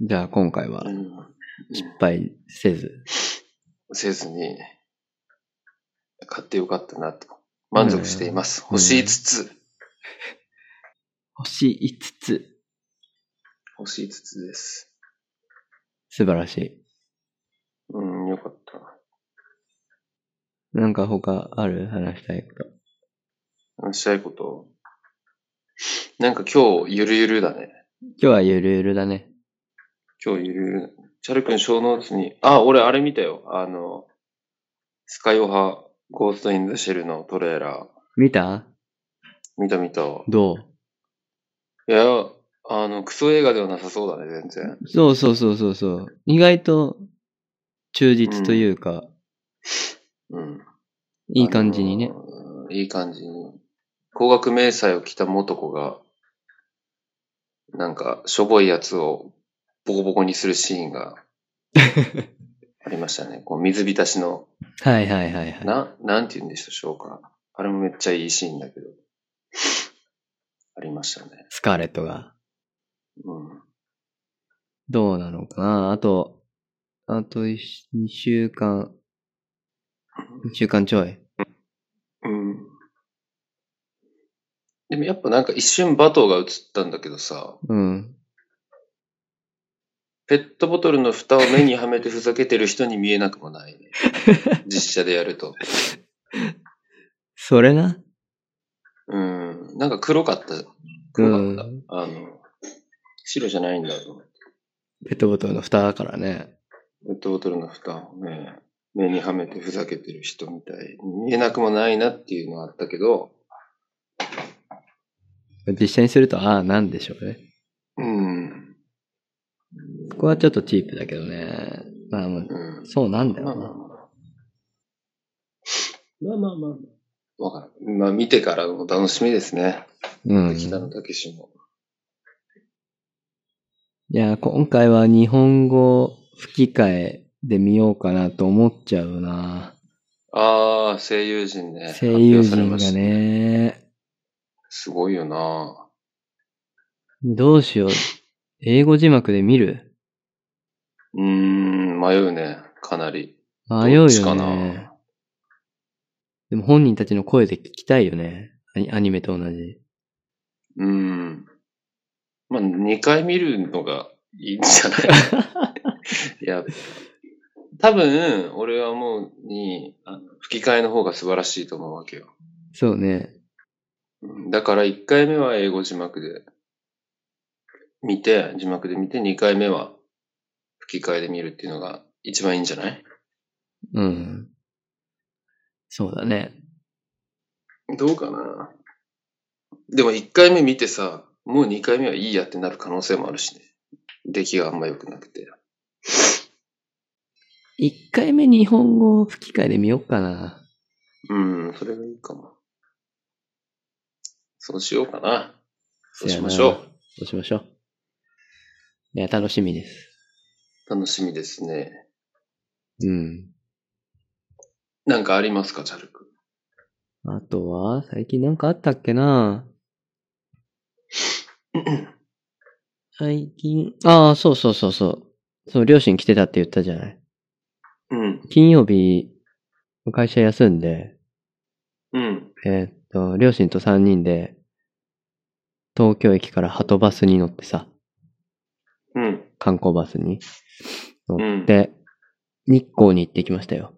Speaker 1: じゃあ今回は
Speaker 2: うん。
Speaker 1: 失敗せず。
Speaker 2: せずに、買ってよかったなと。満足しています。
Speaker 1: うん
Speaker 2: 欲しいつつ、
Speaker 1: 星5つ。
Speaker 2: 欲しいつつです。
Speaker 1: 素晴らしい。
Speaker 2: うん、よかった。
Speaker 1: なんか他ある話したいこ
Speaker 2: 話したいこと。なんか今日、ゆるゆるだね。
Speaker 1: と。今日はゆるゆるだね。
Speaker 2: 今日、ゆるゆる。チャル君、小ノーツに、あ、俺、あれ見たよ。あの、スカイオハ、ゴースト・イン・ザ・シェルのトレーラー。
Speaker 1: 見た
Speaker 2: 見た見た。い
Speaker 1: ど
Speaker 2: や、あの、クソ映画ではなさそうだね、全然。
Speaker 1: うそうそうそうそうそう。意外と忠実というか、
Speaker 2: うん。
Speaker 1: いい感じにね
Speaker 2: あ。のー。いい感じに。高額迷彩を着た元子が、なんか、しょぼいやつをボコボコにするシーンが ありましたね。こう水浸しの、
Speaker 1: はいはいはいはい。
Speaker 2: な、なんて言うんでしょうか。あれもめっちゃいいシーンだけど。 ありましたね。
Speaker 1: スカーレットが。
Speaker 2: うん。
Speaker 1: どうなのかなあと、あと2週間、2週間ちょい。
Speaker 2: うん。でもやっぱなんか一瞬バトーが映ったんだけどさ、
Speaker 1: うん。
Speaker 2: ペットボトルの蓋を目にはめてふざけてる人に見えなくもない ね。実写でやると。
Speaker 1: それな。
Speaker 2: うん。なんか黒かった。
Speaker 1: う
Speaker 2: 黒かった。
Speaker 1: ん。
Speaker 2: あの、白じゃないんだと思って。
Speaker 1: ペットボトルの蓋だからね。
Speaker 2: ペットボトルの蓋をね、目にはめてふざけてる人みたいに見えなくもないなっていうのはあったけど、
Speaker 1: 実写にすると、ああ、なんでしょうね。
Speaker 2: うん。
Speaker 1: そこはちょっとチープだけどね。まあもう、
Speaker 2: うん。
Speaker 1: そうなんだ
Speaker 2: まあ
Speaker 1: よ
Speaker 2: まあ
Speaker 1: な。
Speaker 2: まあ。まあまあまあまあ。わからん。まあ見てからのお楽しみですね。
Speaker 1: うん。い
Speaker 2: 北野武も。
Speaker 1: や、今回は日本語吹き替えで見ようかなと思っちゃうな。
Speaker 2: ああ、声優陣ね。
Speaker 1: 声優
Speaker 2: 発表され
Speaker 1: 陣
Speaker 2: ま
Speaker 1: が
Speaker 2: した。
Speaker 1: ね。
Speaker 2: すごいよな
Speaker 1: どうしよう。英語字幕で見る
Speaker 2: うーん、迷うね。かなり。
Speaker 1: 迷うよ
Speaker 2: どっちか
Speaker 1: ね
Speaker 2: な。
Speaker 1: でも本人たちの声で聞きたいよね。アニアニメと同じ。
Speaker 2: うん。まあ、2回見るのがいいんじゃない いや、多分、俺はもうに、あの吹き替えの方が素晴らしいと思うわけよ。
Speaker 1: そうね。
Speaker 2: うんだから1回目は英語字幕で見て、字幕で見て、2回目は吹き替えで見るっていうのが一番いいんじゃない
Speaker 1: うん。そうだね。
Speaker 2: どうかなでも1回目見てさ、もう2回目はいいやってなる可能性もあるしね。出来があんま良くなくて。
Speaker 1: 一回目日本語吹き替えで見よっかな。
Speaker 2: うん、それがいいかも。そうしようかな。そうしましょう。
Speaker 1: そうしましょう。いや、楽しみです。
Speaker 2: 楽しみですね。
Speaker 1: うん。
Speaker 2: なんかありますか、チャルク。
Speaker 1: あとは、最近なんかあったっけな最近、ああ、そうそうそうそう。そう、両親来てたって言ったじゃない。
Speaker 2: うん、
Speaker 1: 金曜日、会社休んで、
Speaker 2: うん。
Speaker 1: えーっと、両親と3人で、東京駅からハトバスに乗ってさ、
Speaker 2: うん。
Speaker 1: 観光バスに乗っ
Speaker 2: う
Speaker 1: て、日光に行ってきましたよ。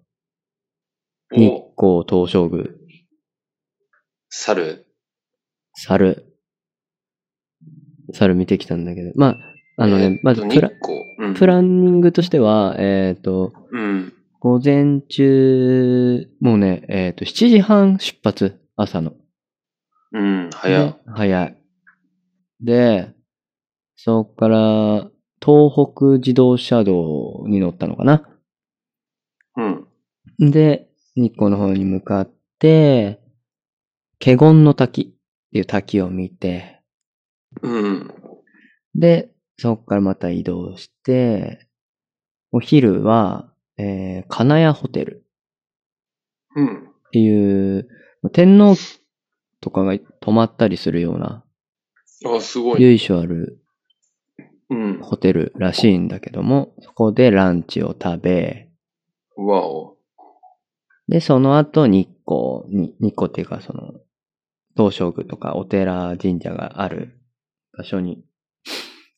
Speaker 1: 日
Speaker 2: お、
Speaker 1: 光東照宮、
Speaker 2: 猿。
Speaker 1: 猿。猿見てきたんだけど、まあ、あの
Speaker 2: え
Speaker 1: ね
Speaker 2: ー、
Speaker 1: まず
Speaker 2: と
Speaker 1: プラ
Speaker 2: 日、光。うん
Speaker 1: プランニングとしては、えーっと、
Speaker 2: うん。
Speaker 1: 午前中、もうね、えーっと、7時半出発、朝の。
Speaker 2: うん、早
Speaker 1: ね。早い。で、そこから、東北自動車道に乗ったのかな。
Speaker 2: うん。
Speaker 1: で、日光の方に向かって、華厳の滝っていう滝を見て、
Speaker 2: うん。
Speaker 1: で、そこからまた移動して、お昼は、えー、金谷ホテル
Speaker 2: うん。
Speaker 1: っていう、天皇とかが泊まったりするような、
Speaker 2: あ、すごい。
Speaker 1: 由緒ある
Speaker 2: うん。
Speaker 1: ホテルらしいんだけども、そこでランチを食べ、
Speaker 2: わお。
Speaker 1: で、その後日光に、日光っていうかその、東照宮とかお寺神社がある場所に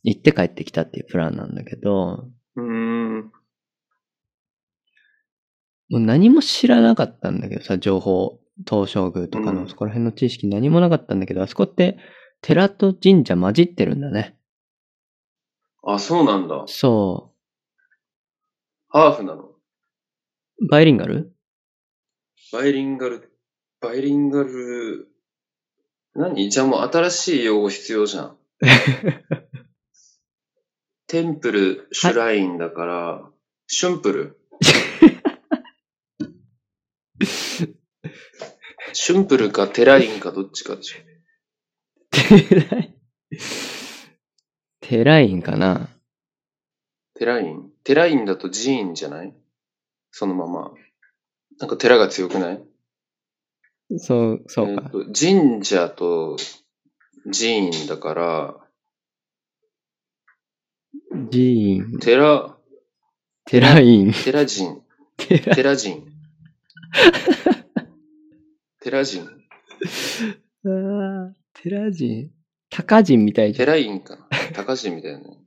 Speaker 1: 行って帰ってきたっていうプランなんだけど、
Speaker 2: うーん。
Speaker 1: もう何も知らなかったんだけどさ、情報、東照宮とか
Speaker 2: う
Speaker 1: の
Speaker 2: ん
Speaker 1: そこら辺の知識何もなかったんだけど、あそこって寺と神社混じってるんだね。
Speaker 2: あ、そうなんだ。
Speaker 1: そ
Speaker 2: ハーフなの。
Speaker 1: う。バイリンガ ル
Speaker 2: バイリンガル、バイリンガル、何じゃあもう新しい用語必要じゃん。テンプル、シュラインだから、シュンプル。シュンプルかテラインかどっちかでしょ。
Speaker 1: 寺院寺院かな
Speaker 2: テラインテラインだと寺院じゃないそのまま。なんか寺が強くない
Speaker 1: そう、そう
Speaker 2: え
Speaker 1: か
Speaker 2: っ。と神社と寺院だから、
Speaker 1: 寺院。
Speaker 2: 寺、
Speaker 1: テライン。
Speaker 2: テラジン。
Speaker 1: テラ、
Speaker 2: テラジン。テラジン。
Speaker 1: あーテラ人タカ人みたいじ
Speaker 2: テ
Speaker 1: ゃん。
Speaker 2: ラインか。高人みたいなね。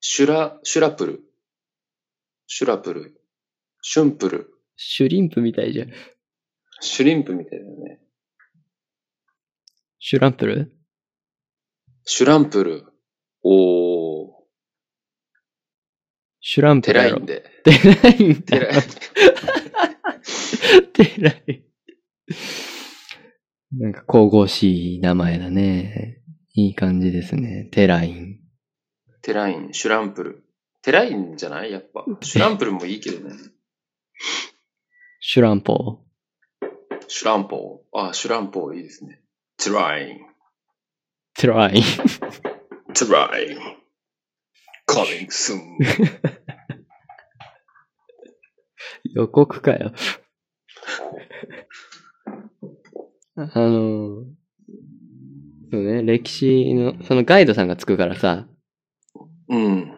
Speaker 2: シュラ、シュラプル。シュラプル。シュンプル。
Speaker 1: シュリンプみたいじゃん。
Speaker 2: シュリンプみたいだよね。
Speaker 1: シュランプル
Speaker 2: シュランプル。おー。
Speaker 1: シュランプ
Speaker 2: テ
Speaker 1: ル
Speaker 2: ラ
Speaker 1: や
Speaker 2: イ
Speaker 1: ろ
Speaker 2: ン。で。
Speaker 1: テライン
Speaker 2: テライン。
Speaker 1: テライン。なんか神々しい名前だね。いい感じですね。テライン。
Speaker 2: テライ ン、シュランプル。テラインじゃないやっぱ。シュランプルもいいけどね。
Speaker 1: シュランポー。
Speaker 2: シュランポー。あ、シュランポーいいですね。テライン。
Speaker 1: テライン。
Speaker 2: テライン。coming soon.
Speaker 1: 予告かよ。 あの、そうね、歴史の、そのガイドさんがつくからさ、
Speaker 2: うん。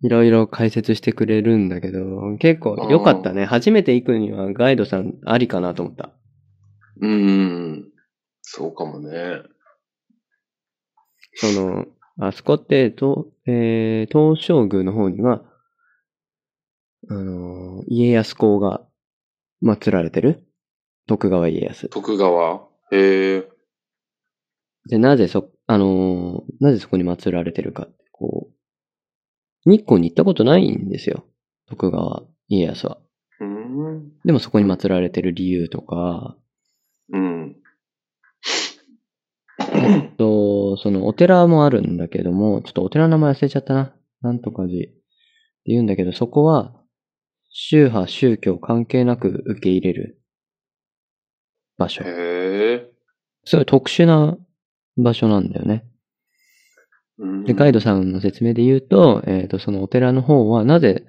Speaker 1: いろいろ解説してくれるんだけど、結構良かったね。初めて行くにはガイドさんありかなと思った。
Speaker 2: うん。そうかもね。
Speaker 1: その、あそこって、とえー、東照宮の方には、あの、家康公が祀られてる徳川家康。
Speaker 2: 徳川。へえ。
Speaker 1: で、なぜそ、あのーなぜそこに祀られてるかって、こう、日光に行ったことないんですよ。徳川家康は。
Speaker 2: うん。
Speaker 1: でもそこに祀られてる理由とか、
Speaker 2: うん。
Speaker 1: と、そのお寺もあるんだけども、ちょっとお寺の名前忘れちゃったな。なんとか寺って言うんだけど、そこは、宗派、宗教関係なく受け入れる場所。
Speaker 2: へえ。
Speaker 1: すごい特殊な場所なんだよね。
Speaker 2: うん
Speaker 1: で、ガイドさんの説明で言うと、えっ、と、そのお寺の方はなぜ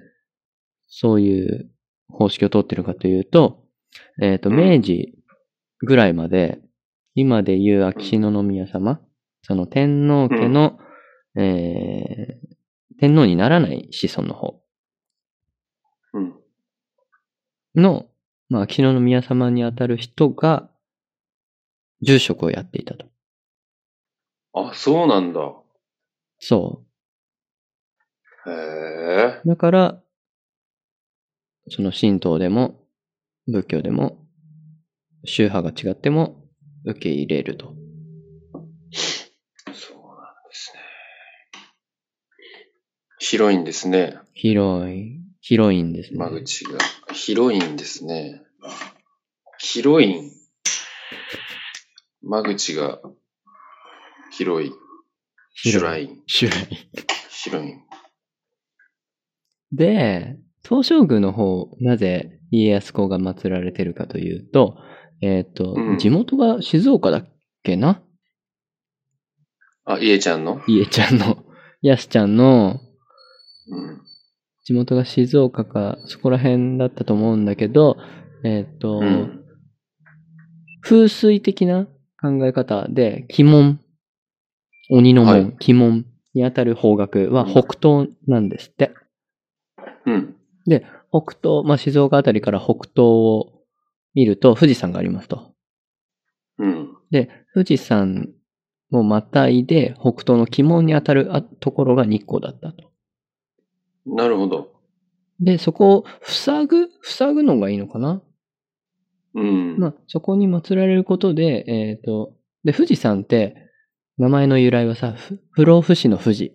Speaker 1: そういう方式を取ってるかというと、えっ、と、
Speaker 2: うん
Speaker 1: 明治ぐらいまで、今で言う秋篠宮様、その天皇家の、えー天皇にならない子孫の方
Speaker 2: うん。
Speaker 1: の、まあ、秋篠宮様にあたる人が、住職をやっていたと。
Speaker 2: あ、そうなんだ。
Speaker 1: そう。
Speaker 2: へえ。
Speaker 1: だから、その神道でも、仏教でも、宗派が違っても受け入れると。
Speaker 2: そうなんですね。広いんですね。
Speaker 1: 広い、広いんですね。
Speaker 2: 間口が。広いんですね。広いん。間口が広い。シュラ
Speaker 1: い。
Speaker 2: イン。
Speaker 1: 広い。
Speaker 2: 広いん。
Speaker 1: で、東照宮の方、なぜ家康公が祀られてるかというと、えっ、と、
Speaker 2: うん
Speaker 1: 地元が静岡だっけな
Speaker 2: あ、イエちゃんの
Speaker 1: 家ちゃんの、 やすちゃんの
Speaker 2: うん。
Speaker 1: 地元が静岡か、そこら辺だったと思うんだけど、えっ、と、
Speaker 2: うん。
Speaker 1: 風水的な考え方で、鬼門、鬼の門、
Speaker 2: はい
Speaker 1: 鬼門にあたる方角は
Speaker 2: うん
Speaker 1: 北東なんですって。
Speaker 2: うん。
Speaker 1: 北東、まあ、静岡あたりから北東を見ると富士山がありますと。
Speaker 2: うん。
Speaker 1: で、富士山をまたいで北東の鬼門にあたるあところが日光だったと。
Speaker 2: なるほど。
Speaker 1: で、そこを塞ぐ、塞ぐのがいいのかな
Speaker 2: うん。
Speaker 1: まあ、そこに祀られることで、えっ、と、で、富士山って、名前の由来はさ、ふ不老不死の富士。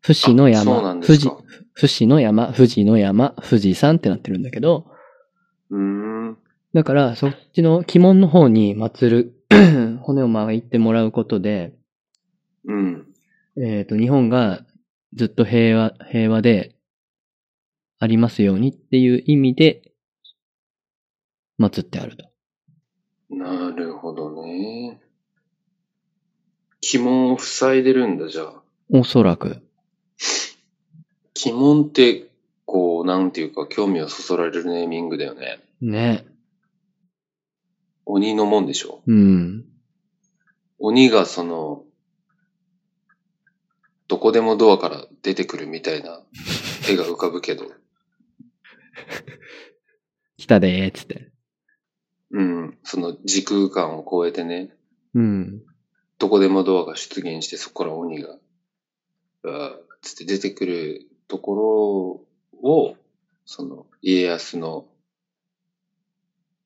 Speaker 1: 不死の
Speaker 2: あそうな
Speaker 1: 山、
Speaker 2: んで
Speaker 1: 富
Speaker 2: す
Speaker 1: 士
Speaker 2: か、
Speaker 1: 不死の山、富士の山、富士山ってなってるんだけど、
Speaker 2: うーん。
Speaker 1: だから、そっちの鬼門の方に祀る、 骨を巻いてもらうことで、
Speaker 2: うん。
Speaker 1: えっ、と、日本がずっと平和、平和でありますようにっていう意味で、祀ってあると。
Speaker 2: なるほどね。鬼門を塞いでるんだ、じゃあ。
Speaker 1: おそらく。
Speaker 2: 鬼門って、こう、なんていうか、興味をそそられるネーミングだよね。
Speaker 1: ね。
Speaker 2: 鬼の門でしょ
Speaker 1: うん。
Speaker 2: 鬼がその、どこでもドアから出てくるみたいな絵が浮かぶけど。
Speaker 1: 来たでーっつって。
Speaker 2: うん。その時空間を超えてね、
Speaker 1: うん。
Speaker 2: どこでもドアが出現して、そこから鬼が、うわーっつって出てくるところを、その、家康の、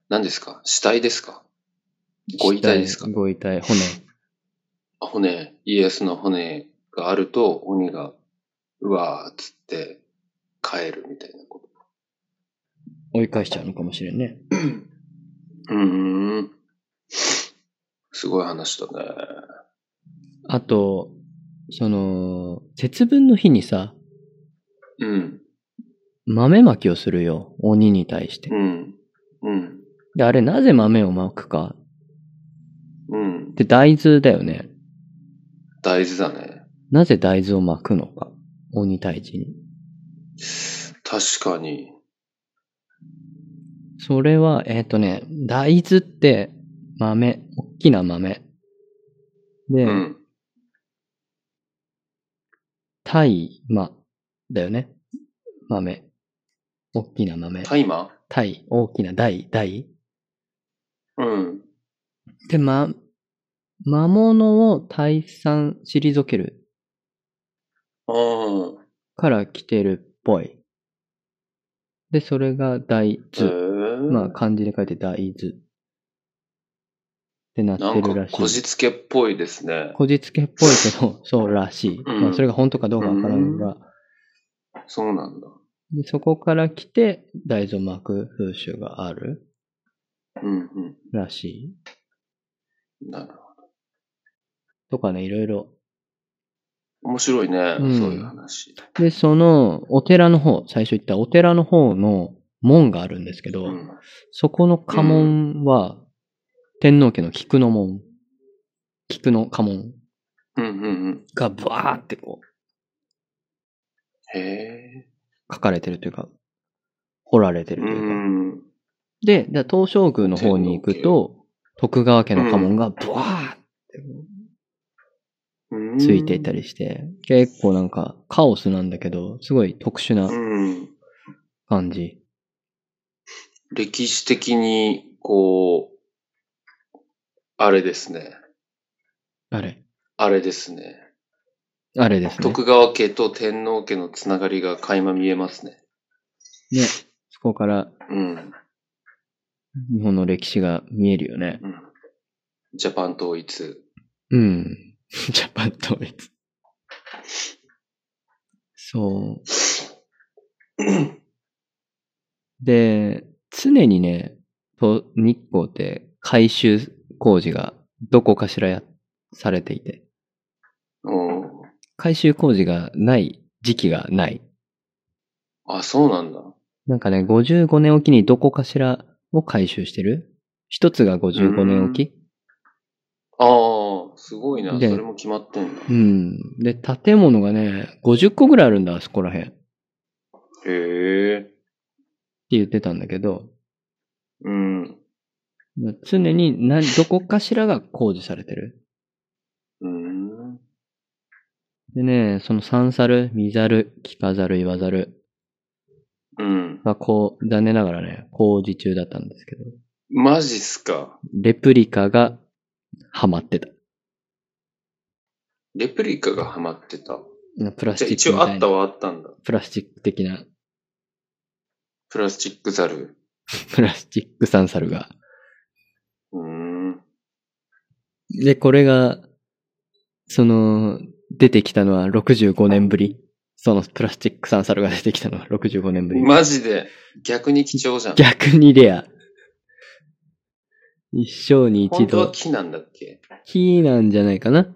Speaker 2: 何ですか死体ですかご遺体ですか
Speaker 1: ご遺体、骨。
Speaker 2: あ骨、家康の骨があると、鬼が、うわーっつって、帰るみたいなこと。
Speaker 1: 追い返しちゃうのかもしれんね。
Speaker 2: うーん。すごい話だね。
Speaker 1: あと、その、節分の日にさ、
Speaker 2: うん。
Speaker 1: 豆まきをするよ。鬼に対して
Speaker 2: う。ん。うん。
Speaker 1: で、あれなぜ豆をまくか
Speaker 2: うん
Speaker 1: っ。て大豆だよね。
Speaker 2: 大事だね。
Speaker 1: なぜ大豆をまくのか。鬼退治に。
Speaker 2: 確かに。
Speaker 1: それは、えっ、とね、大豆って豆、大きな豆。で、
Speaker 2: うん。
Speaker 1: 大麻だよね。豆。大きな豆。
Speaker 2: タイマ
Speaker 1: 大、大きな大、大。
Speaker 2: ーうん。
Speaker 1: で、ま、魔物を退散、退ける
Speaker 2: うん。
Speaker 1: から来てるっぽい。で、それが大
Speaker 2: へ
Speaker 1: 豆。
Speaker 2: ー
Speaker 1: まあ、漢字で書いて大豆。ってなっ
Speaker 2: な
Speaker 1: て
Speaker 2: ん
Speaker 1: る
Speaker 2: から
Speaker 1: しい。
Speaker 2: こじつけっぽいですね。
Speaker 1: こじつけっぽいけど、 そうらしい。
Speaker 2: うん
Speaker 1: まあ、それが本当かどうかわからんが、
Speaker 2: そうなんだ。
Speaker 1: で、そこから来て、大豆を巻く風習がある
Speaker 2: うんうん。
Speaker 1: らしい。
Speaker 2: なるほど
Speaker 1: とかね、いろいろ。
Speaker 2: 面白いね、
Speaker 1: うん
Speaker 2: そういう話。
Speaker 1: で、その、お寺の方、最初言ったお寺の方の門があるんですけど、
Speaker 2: うん。
Speaker 1: そこの家紋は、天皇家の菊の門、菊の家紋
Speaker 2: うんうんうん。
Speaker 1: がブワーってこ
Speaker 2: へえ。
Speaker 1: う、書かれてるというか、彫られてる
Speaker 2: う
Speaker 1: というか。
Speaker 2: ん。
Speaker 1: で、じゃあ東照宮の方に行くと、徳川家の家紋がブワーってこ
Speaker 2: うん
Speaker 1: うついていた。りして、結構なんかカオスなんだけど、すごい特殊な
Speaker 2: うん。
Speaker 1: 感じ。
Speaker 2: 歴史的に、こう、あれですね。
Speaker 1: あれ。
Speaker 2: あれですね。
Speaker 1: あれですね。
Speaker 2: 徳川家と天皇家のつながりが垣間見えますね。
Speaker 1: ね。そこから
Speaker 2: うん。
Speaker 1: 日本の歴史が見えるよね。
Speaker 2: うん、ジャパン統一。
Speaker 1: うん。 ジャパン統一。そう。で、常にね、と日光って改修工事がどこかしらや、されていて、
Speaker 2: うん。
Speaker 1: 改修工事がない時期がない。
Speaker 2: あ、そうなんだ。
Speaker 1: なんかね、55年おきにどこかしらを改修してる。一つが55年おき。
Speaker 2: ああ、すごいな。そ
Speaker 1: で
Speaker 2: れも決まってんだ。
Speaker 1: う
Speaker 2: へ
Speaker 1: ん。で、建物がね、50個ぐらいあるんだ、あそこら辺。って
Speaker 2: え。
Speaker 1: 言ってたんだけど、
Speaker 2: うん。
Speaker 1: 常に何、どこかしらが工事されてる。
Speaker 2: うん。
Speaker 1: でね、その三猿、見猿、聞かざる、言わざる
Speaker 2: うん。
Speaker 1: がこう、残念ながらね、工事中だったんですけど、
Speaker 2: マジっすか。
Speaker 1: レプリカがハマってた。
Speaker 2: レプリカがハマってた。
Speaker 1: プラ
Speaker 2: じ
Speaker 1: ス
Speaker 2: ゃあ
Speaker 1: チッ
Speaker 2: 一
Speaker 1: クみ
Speaker 2: 応
Speaker 1: た
Speaker 2: あ
Speaker 1: い
Speaker 2: った
Speaker 1: な。
Speaker 2: はあったんだ。
Speaker 1: プラスチック的な、
Speaker 2: プラスチックザル。
Speaker 1: プラスチック三猿が。
Speaker 2: うーん。
Speaker 1: で、これが、その、出てきたのは65年ぶり。そのプラスチック三猿が出てきたのは65年ぶり。
Speaker 2: マジで、逆に貴重じゃん。
Speaker 1: 逆にレア。一生に一
Speaker 2: 本当は
Speaker 1: 度。
Speaker 2: 木なんだっけ
Speaker 1: 木なんじゃないかな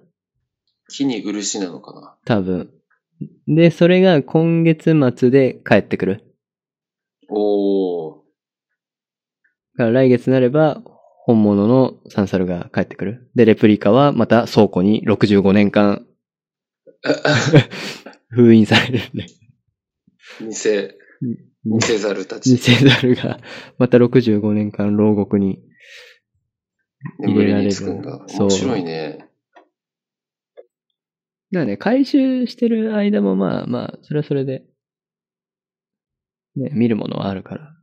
Speaker 2: 木に漆なのかな
Speaker 1: 多分。で、それが今月末で帰ってくる。
Speaker 2: おー。
Speaker 1: だから来月になれば、本物のサンサルが帰ってくる。で、レプリカはまた倉庫に65年間封印されるね。
Speaker 2: 偽、偽ザルた
Speaker 1: 偽
Speaker 2: ち。
Speaker 1: ザルがまた65年間牢獄に。
Speaker 2: 眠りにつくんだ
Speaker 1: 入れられ。る
Speaker 2: 面白いね。
Speaker 1: だからね、回収してる間もまあまあ、それはそれで、ね、見るものはあるから。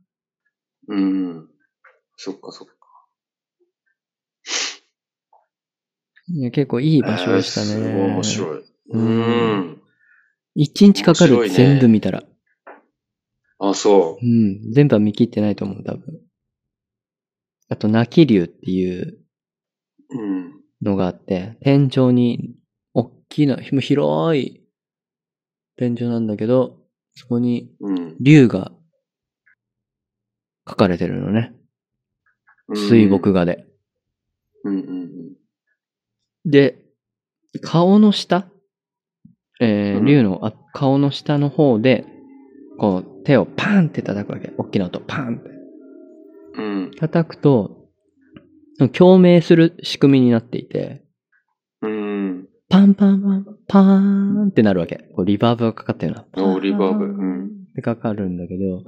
Speaker 2: うん。そっかそっか。
Speaker 1: いや結構いい場所でした
Speaker 2: えー
Speaker 1: ね。
Speaker 2: すごい面白い。
Speaker 1: う
Speaker 2: うんん。
Speaker 1: 一日かか
Speaker 2: 面白
Speaker 1: る、
Speaker 2: いね
Speaker 1: 全部見たら。。
Speaker 2: あ、そう
Speaker 1: ん。全部は見切ってないと思う、多分。あと、泣き竜っていう
Speaker 2: うん。
Speaker 1: のがあって、天井に、大きな、もう広い天井なんだけど、そこに
Speaker 2: うん。
Speaker 1: 竜が描かれてるのね。水墨画で。
Speaker 2: うんうん
Speaker 1: で、顔の下えー
Speaker 2: うん
Speaker 1: 竜のあ顔の下の方で、こう、手をパーンって叩くわけ。大きな音、パーンって。
Speaker 2: うん。うん。
Speaker 1: 叩くと、共鳴する仕組みになっていて、
Speaker 2: うん。
Speaker 1: パンパンパン、パーンってなるわけ。こうリバーブがかかってるな。パ
Speaker 2: おリバーブ
Speaker 1: パ
Speaker 2: うん
Speaker 1: ってかかるんだけど、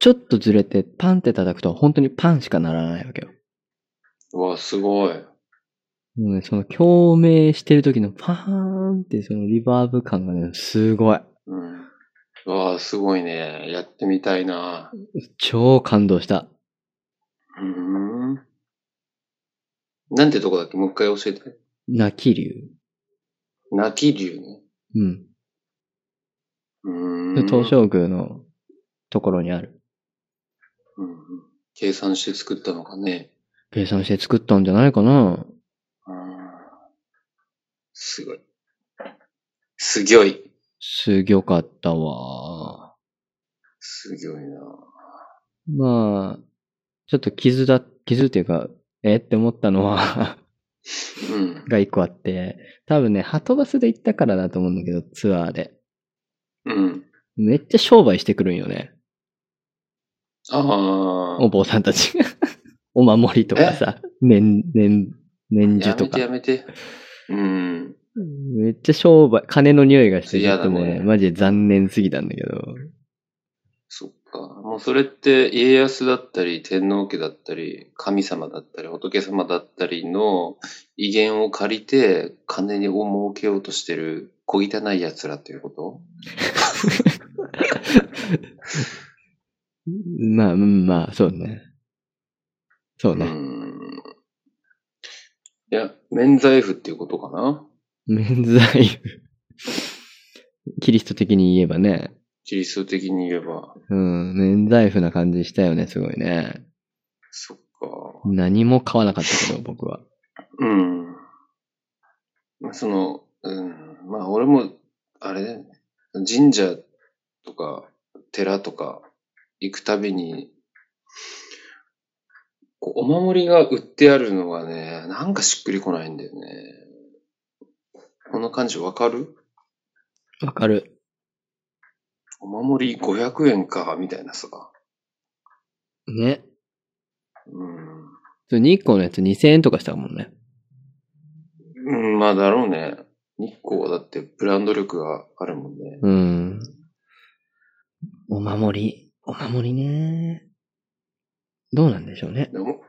Speaker 1: ちょっとずれてパンって叩くと本当にパンしかならないわけよ。
Speaker 2: うわ、すごい。
Speaker 1: もうね、その共鳴してる時のパーンってそのリバーブ感がね、すごい。
Speaker 2: うん。うわ、すごいね。やってみたいな。
Speaker 1: 超感動した。
Speaker 2: うん。なんてとこだっけもう一回教えて。
Speaker 1: 泣き竜。
Speaker 2: 泣き竜ね。
Speaker 1: うん。
Speaker 2: うん。
Speaker 1: 東照宮のところにある。
Speaker 2: うんうん。計算して作ったのかね。
Speaker 1: 計算して作ったんじゃないかな
Speaker 2: うん。すごい。すぎょい。
Speaker 1: すぎょかったわ。
Speaker 2: すぎょいな。
Speaker 1: まあ、ちょっと傷だ、傷っていうか、えって思ったのは、
Speaker 2: うん。
Speaker 1: が一個あって、多分ね、ハトバスで行ったからだと思うんだけど、ツアーで。
Speaker 2: うん。
Speaker 1: めっちゃ商売してくるんよね。
Speaker 2: ああ。
Speaker 1: お坊さんたちが。 お守りとかさ、年、年、年中とか。
Speaker 2: やめてやめて。うん。
Speaker 1: めっちゃ商売、金の匂いがして、ちょっともう
Speaker 2: 嫌
Speaker 1: ね、
Speaker 2: だね
Speaker 1: マジで残念すぎたんだけど。
Speaker 2: そっか。もうそれって家康だったり天皇家だったり神様だったり仏様だったりの威厳を借りて金を儲けようとしてる小汚い奴らということ
Speaker 1: まあ、うん、まあ、そうね。そう
Speaker 2: う
Speaker 1: ね。
Speaker 2: ん。いや、免罪符っていうことかな
Speaker 1: 免罪符。キリスト的に言えばね。
Speaker 2: キリスト的に言えば。
Speaker 1: うん、免罪符な感じしたよね、すごいね。
Speaker 2: そっか。
Speaker 1: 何も買わなかったけ ど、僕は。
Speaker 2: うん。まあ、その、うん。まあ、俺も、あれだよね。神社とか、寺とか、行くたびに、こうお守りが売ってあるのがね、なんかしっくりこないんだよね。この感じわかる
Speaker 1: わかる。
Speaker 2: お守り500円か、みたいなさ。
Speaker 1: ね。
Speaker 2: うん。
Speaker 1: そう日光のやつ2000円とかしたもんね。
Speaker 2: うん、まあだろうね。日光はだってブランド力があるもんね。
Speaker 1: うん。お守り。お守りね。どうなんでしょうね。
Speaker 2: でも、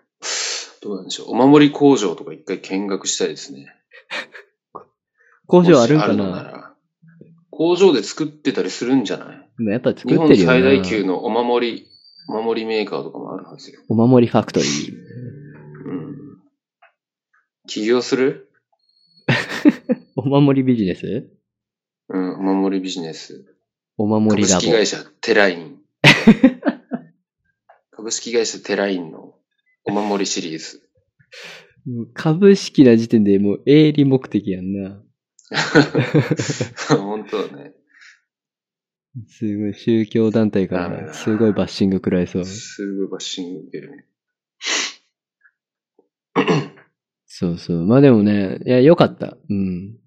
Speaker 2: どうなんでしょう。お守り工場とか一回見学したいですね。
Speaker 1: 工場あるんか
Speaker 2: もし
Speaker 1: な
Speaker 2: のら工場で作ってたりするんじゃない
Speaker 1: でもやっぱ作
Speaker 2: 日
Speaker 1: っ
Speaker 2: 本
Speaker 1: てるよ
Speaker 2: 最
Speaker 1: ね。
Speaker 2: 大級のお守り、お守りメーカーとかもあるはずよ。
Speaker 1: お守りファクトリー。
Speaker 2: うん。起業する
Speaker 1: お守りビジネス
Speaker 2: うん、お守りビジネス。
Speaker 1: お守
Speaker 2: 株
Speaker 1: りラ
Speaker 2: 式
Speaker 1: ボ
Speaker 2: 会。社テライ ン。株式会社テラインのお守りシリーズ。
Speaker 1: うん株式な時点でもう営利目的やんな。
Speaker 2: 本当だね。
Speaker 1: すごい宗教団体か
Speaker 2: ダメだ
Speaker 1: らすごいバッシング食らいそう。
Speaker 2: すごいバッシング受けるね。
Speaker 1: そうそう。まあでもね、いや、よかった。うん。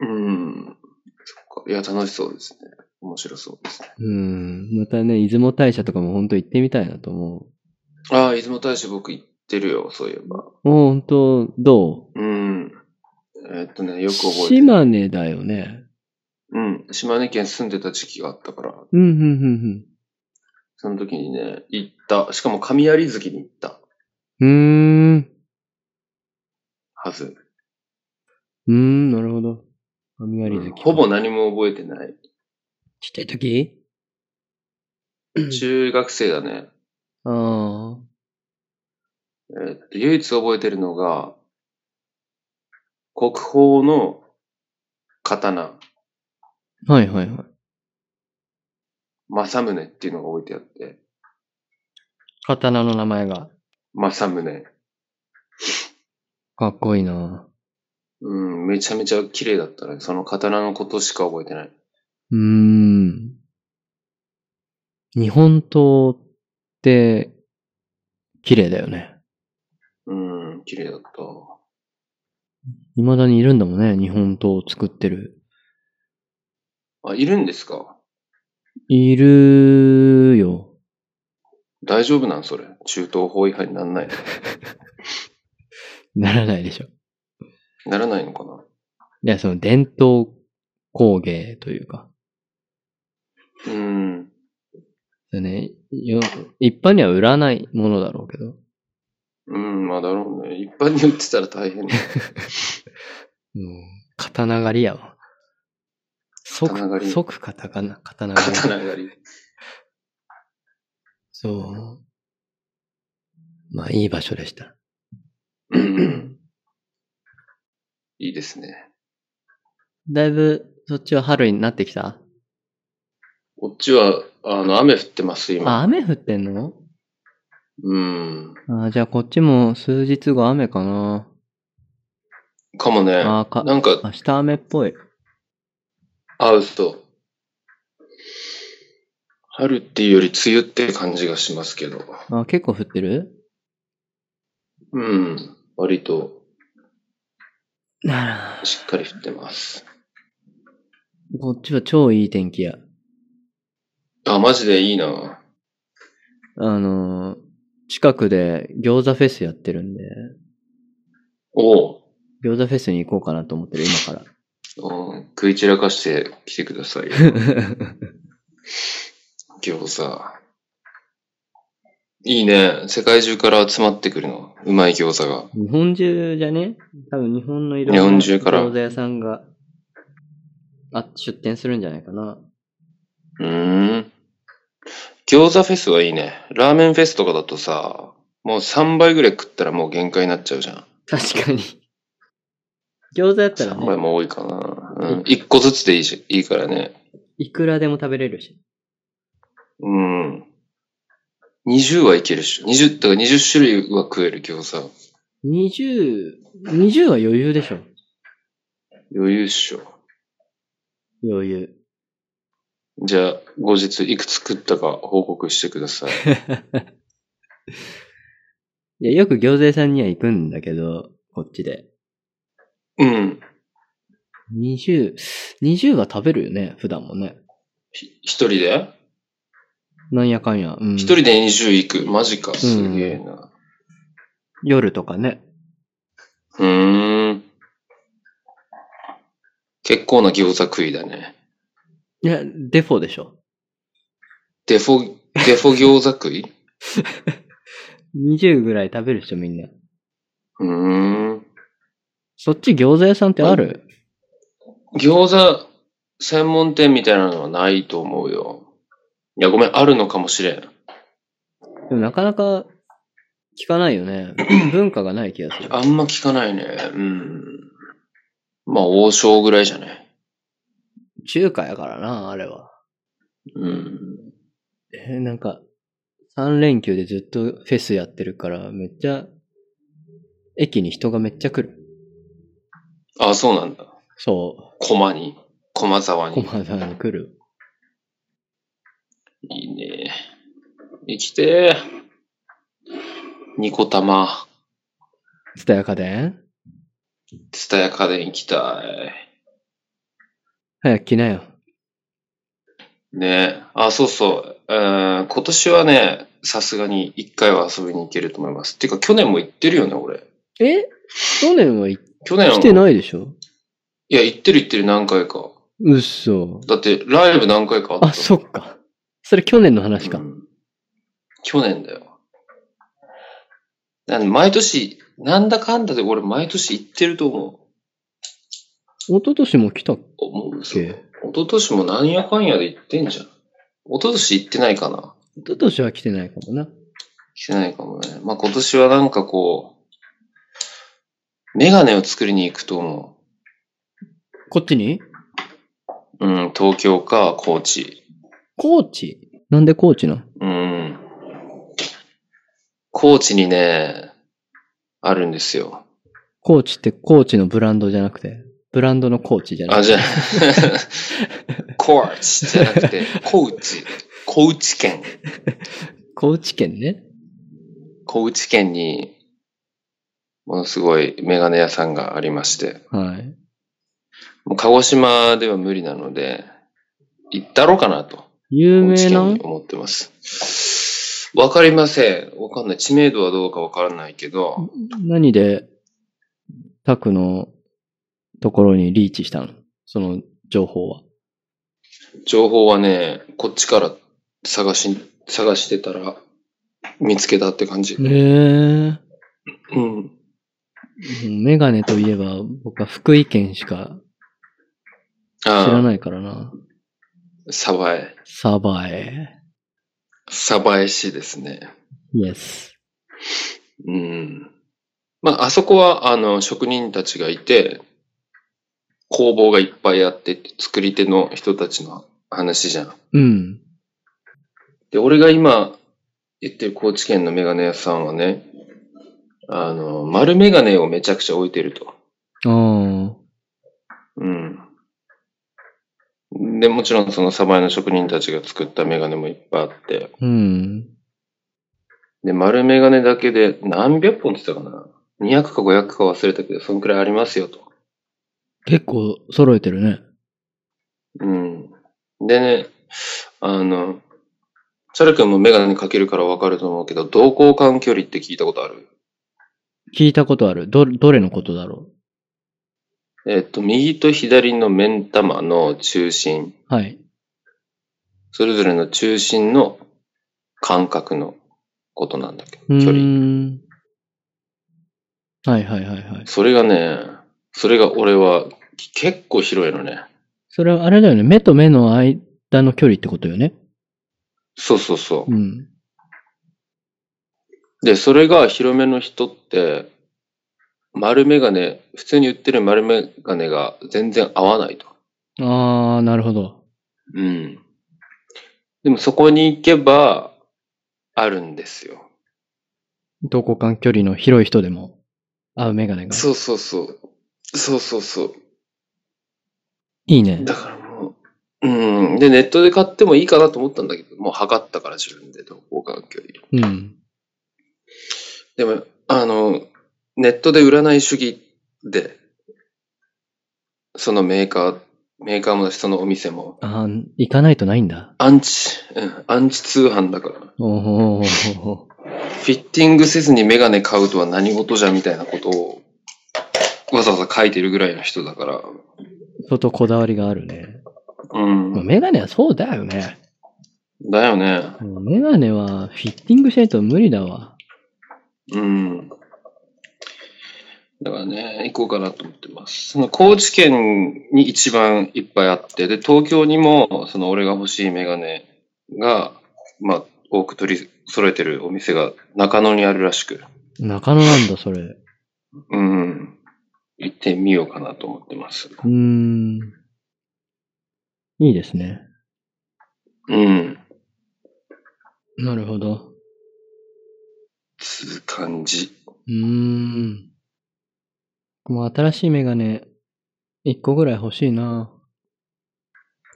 Speaker 2: うん。そっか。いや、楽しそうですね。面白そうですね。
Speaker 1: うん。またね、出雲大社とかも本当行ってみたいなと思
Speaker 2: ああ、出雲大社僕行ってるよ、そういえば。
Speaker 1: う。もう本当、ど
Speaker 2: うん。えっとね、
Speaker 1: う
Speaker 2: よく覚えてる。
Speaker 1: 島根だよね。
Speaker 2: うん。島根県住んでた時期があったから、
Speaker 1: うん、うん、うん、
Speaker 2: その時にね、行った。しかも神有月に行った
Speaker 1: うん。うーん。
Speaker 2: はず。
Speaker 1: うーん、なるほど。耳割り好き。
Speaker 2: ほぼ何も覚えてない。
Speaker 1: ちっちゃい時
Speaker 2: 中学生だね。
Speaker 1: ああ。
Speaker 2: えっと、唯一覚えてるのが、国宝の刀、
Speaker 1: はいはいはい。
Speaker 2: 正宗っていうのが置いてあって、
Speaker 1: 刀の名前が。
Speaker 2: 正宗。
Speaker 1: かっこいいな
Speaker 2: うん、めちゃめちゃ綺麗だったね。その刀のことしか覚えてない。
Speaker 1: うーん。日本刀って、綺麗だよね。
Speaker 2: うん、綺麗だった。
Speaker 1: 未だにいるんだもんね、日本刀を作ってる。
Speaker 2: あ、いるんですか
Speaker 1: いるよ。
Speaker 2: 大丈夫なんそれ。中東法違反になんない
Speaker 1: ならないでしょ。
Speaker 2: の。ならないのかない
Speaker 1: や、その伝統工芸というか。
Speaker 2: うん。
Speaker 1: でね、よ一般には売らないものだろうけど。
Speaker 2: うん、まあだろうね。一般に売ってたら 大変だ。
Speaker 1: うん、刀狩りやわ。
Speaker 2: 刀
Speaker 1: 即、
Speaker 2: 狩り
Speaker 1: 即刀かな、刀狩り。
Speaker 2: 刀狩り。
Speaker 1: そう。まあ、いい場所でした。
Speaker 2: うん。いいですね。
Speaker 1: だいぶ、そっちは春になってきた
Speaker 2: こっちは、あの、雨降ってます、
Speaker 1: あ、
Speaker 2: 今。
Speaker 1: 雨降ってんの
Speaker 2: うん。
Speaker 1: あじゃあこっちも数日後雨かな。
Speaker 2: かもね。
Speaker 1: あーか
Speaker 2: なんか、
Speaker 1: 明日雨っぽい。
Speaker 2: あ、嘘。春っていうより梅雨って感じがしますけど。
Speaker 1: あ結構降ってる
Speaker 2: うん。割と、
Speaker 1: な
Speaker 2: しっかり降ってます。
Speaker 1: あこっちは超いい天気や。
Speaker 2: あ、マジでいいな。
Speaker 1: あのー近くで餃子フェスやってるんで、
Speaker 2: おう。
Speaker 1: 餃子フェスに行こうかなと思ってる、今から。
Speaker 2: うん食い散らかして来てくださ いよ。餃子。いいね。世界中から集まってくるの。うまい餃子が。
Speaker 1: 日本中じゃね多分日本のいろ
Speaker 2: 日
Speaker 1: んな
Speaker 2: 本中から
Speaker 1: 餃子屋さんが、あ、出店するんじゃないかな。
Speaker 2: うーん。餃子フェスはいいね。ラーメンフェスとかだとさ、もう3倍ぐらい食ったらもう限界になっちゃうじゃん。
Speaker 1: 確かに。餃子やったら
Speaker 2: 3倍
Speaker 1: ね、
Speaker 2: も多いかな。うん。1個ずつでいいし、いいからね。
Speaker 1: いくらでも食べれるし。
Speaker 2: うん。20はいけるっしょ。20、だから20種類は食える餃子。
Speaker 1: 20、20は余裕でしょ。
Speaker 2: 余裕っしょ。
Speaker 1: 余裕。
Speaker 2: じゃあ、後日いくつ食ったか報告してください。
Speaker 1: いや、よく餃子屋さんには行くんだけど、こっちで。
Speaker 2: うん。
Speaker 1: 20、20は食べるよね、普段もね。
Speaker 2: ひ一人で
Speaker 1: なんやかんや。うん、
Speaker 2: 一人で20行く。マジか。すげえな。
Speaker 1: 夜とかね。
Speaker 2: うーん。結構な餃子食いだね。
Speaker 1: いや、デフォでしょ。
Speaker 2: デフォ、デフォ餃子食い
Speaker 1: 20ぐらい食べる人みんな。
Speaker 2: うーん。
Speaker 1: そっち餃子屋さんってある、
Speaker 2: 餃子専門店みたいなのはないと思うよ。いや、ごめん、あるのかもしれん。
Speaker 1: でもなかなか聞かないよ ね。文化がない気がする。
Speaker 2: あんま聞かないね。うん。まあ、王将ぐらいじゃない。
Speaker 1: 中華やからな、あれは。
Speaker 2: うん。
Speaker 1: えーなんか、3連休でずっとフェスやってるから、めっちゃ、駅に人がめっちゃ来る。
Speaker 2: あ、そうなんだ。
Speaker 1: そ
Speaker 2: 駒に。駒沢
Speaker 1: う。
Speaker 2: に。
Speaker 1: 駒沢に来る。
Speaker 2: いいね。生きてー。ニコ玉。
Speaker 1: つたやかで
Speaker 2: ツタヤ家電行きたい。
Speaker 1: 早く来なよ。
Speaker 2: ねあ、そうそう。うん、今年はね、さすがに一回は遊びに行けると思います。てか、去年も行ってるよね、俺。
Speaker 1: え去年は行っ
Speaker 2: 去年
Speaker 1: 来てないでしょ
Speaker 2: いや、行ってる行ってる何回か。
Speaker 1: うっそ。
Speaker 2: だって、ライブ何回かあった。
Speaker 1: あ、そっか。それ去年の話か。
Speaker 2: うん去年だよ。なんで毎年、なんだかんだで俺毎年行ってると思
Speaker 1: 一昨年も来たっ
Speaker 2: おもう嘘
Speaker 1: け
Speaker 2: 一昨年もなんやかんやで行ってんじゃん。一昨年行ってないかな
Speaker 1: 一昨年は来てないかもな。
Speaker 2: 来てないかもね。まあ今年はなんかこう、メガネを作りに行くと思
Speaker 1: こっちに
Speaker 2: う。うん、東京か高知。
Speaker 1: 高知なんで高知なの
Speaker 2: うん。高知にね、あるんですよ。
Speaker 1: 高知って高知のブランドじゃなくて、ブランドの高知じゃな
Speaker 2: あ、
Speaker 1: くて。
Speaker 2: じゃあ、 コーチじゃなくて、高知。高知県。
Speaker 1: 高知県ね。
Speaker 2: 高知県に、ものすごいメガネ屋さんがありまして。
Speaker 1: はい。
Speaker 2: もう鹿児島では無理なので、行ったろうかなと。
Speaker 1: 有
Speaker 2: 高知
Speaker 1: 名
Speaker 2: 県
Speaker 1: な
Speaker 2: に思ってます。わかりません。わかんない。知名度はどうかわからないけど、
Speaker 1: 何で、タクのところにリーチしたのその情報は。
Speaker 2: 情報はね、こっちから探し、探してたら見つけたって感
Speaker 1: へ
Speaker 2: じ。
Speaker 1: え。
Speaker 2: うん。
Speaker 1: メガネといえば、僕は福井県しか知ら
Speaker 2: ああ、
Speaker 1: ないからな。
Speaker 2: 鯖江。
Speaker 1: サバエ。
Speaker 2: 鯖江市ですね。
Speaker 1: イエス。
Speaker 2: うん。まあ、あそこは、あの、職人たちがいて、工房がいっぱいあって、作り手の人たちの話じゃん。
Speaker 1: うん。
Speaker 2: で、俺が今言ってる高知県のメガネ屋さんはね、あの、丸メガネをめちゃくちゃ置いてると。
Speaker 1: ああ。
Speaker 2: うん。で、もちろんその鯖江の職人たちが作ったメガネもいっぱいあって、
Speaker 1: うん。
Speaker 2: で、丸メガネだけで何百本って言ってたかな ?200 か500か忘れたけど、そんくらいありますよと。
Speaker 1: 結構揃えてるね。
Speaker 2: うん。でね、あの、チャル君もメガネかけるからわかると思うけど、同交換距離って聞いたことある
Speaker 1: 聞いたことある。ど、どれのことだろ
Speaker 2: えっと、右と左の目ん玉の中心、
Speaker 1: う。はい。
Speaker 2: それぞれの中心の感覚のことなんだけ
Speaker 1: う
Speaker 2: ど、距離。
Speaker 1: ーん。はいはいはいはい。
Speaker 2: それがね、それが俺は結構広いのね。
Speaker 1: それはあれだよね。目と目の間の距離ってことよね。
Speaker 2: そうそうそう
Speaker 1: う。ん。
Speaker 2: で、それが広めの人って、丸メガネ、普通に売ってる丸メガネが全然合わないと。
Speaker 1: あー、なるほど。
Speaker 2: うん。でもそこに行けば、あるんですよ。
Speaker 1: 同交換距離の広い人でも合うメガネが。
Speaker 2: そうそうそう。そうそうそう。
Speaker 1: いいね。
Speaker 2: だからもう、うん。で、ネットで買ってもいいかなと思ったんだけど、もう測ったから自分で、同交換距離。
Speaker 1: うん。
Speaker 2: でも、あの、ネットで占い主義で、そのメーカー、メーカーもだし、そのお店も、
Speaker 1: あー、行かないとないんだ。
Speaker 2: アンチ、うん、アンチ通販だから、
Speaker 1: おー。
Speaker 2: フィッティングせずにメガネ買うとは何事じゃみたいなことを、わざわざ書いてるぐらいの人だから、
Speaker 1: 相当こだわりがあるね。
Speaker 2: う
Speaker 1: まあ
Speaker 2: ん。
Speaker 1: メガネはそうだよね。
Speaker 2: だよね。
Speaker 1: もうメガネはフィッティングしないと無理だわ。
Speaker 2: うん。だからね、行こうかなと思ってます。その高知県に一番いっぱいあって、で、東京にも、その俺が欲しいメガネが、まあ、多く取り揃えてるお店が中野にあるらしく、
Speaker 1: 中野なんだ、それ。う
Speaker 2: うん。行ってみようかなと思ってます。
Speaker 1: ーん。いいですね。
Speaker 2: うん。
Speaker 1: なるほど。
Speaker 2: つう感じ。
Speaker 1: うーん。もう新しいメガネ、一個ぐらい欲しいな。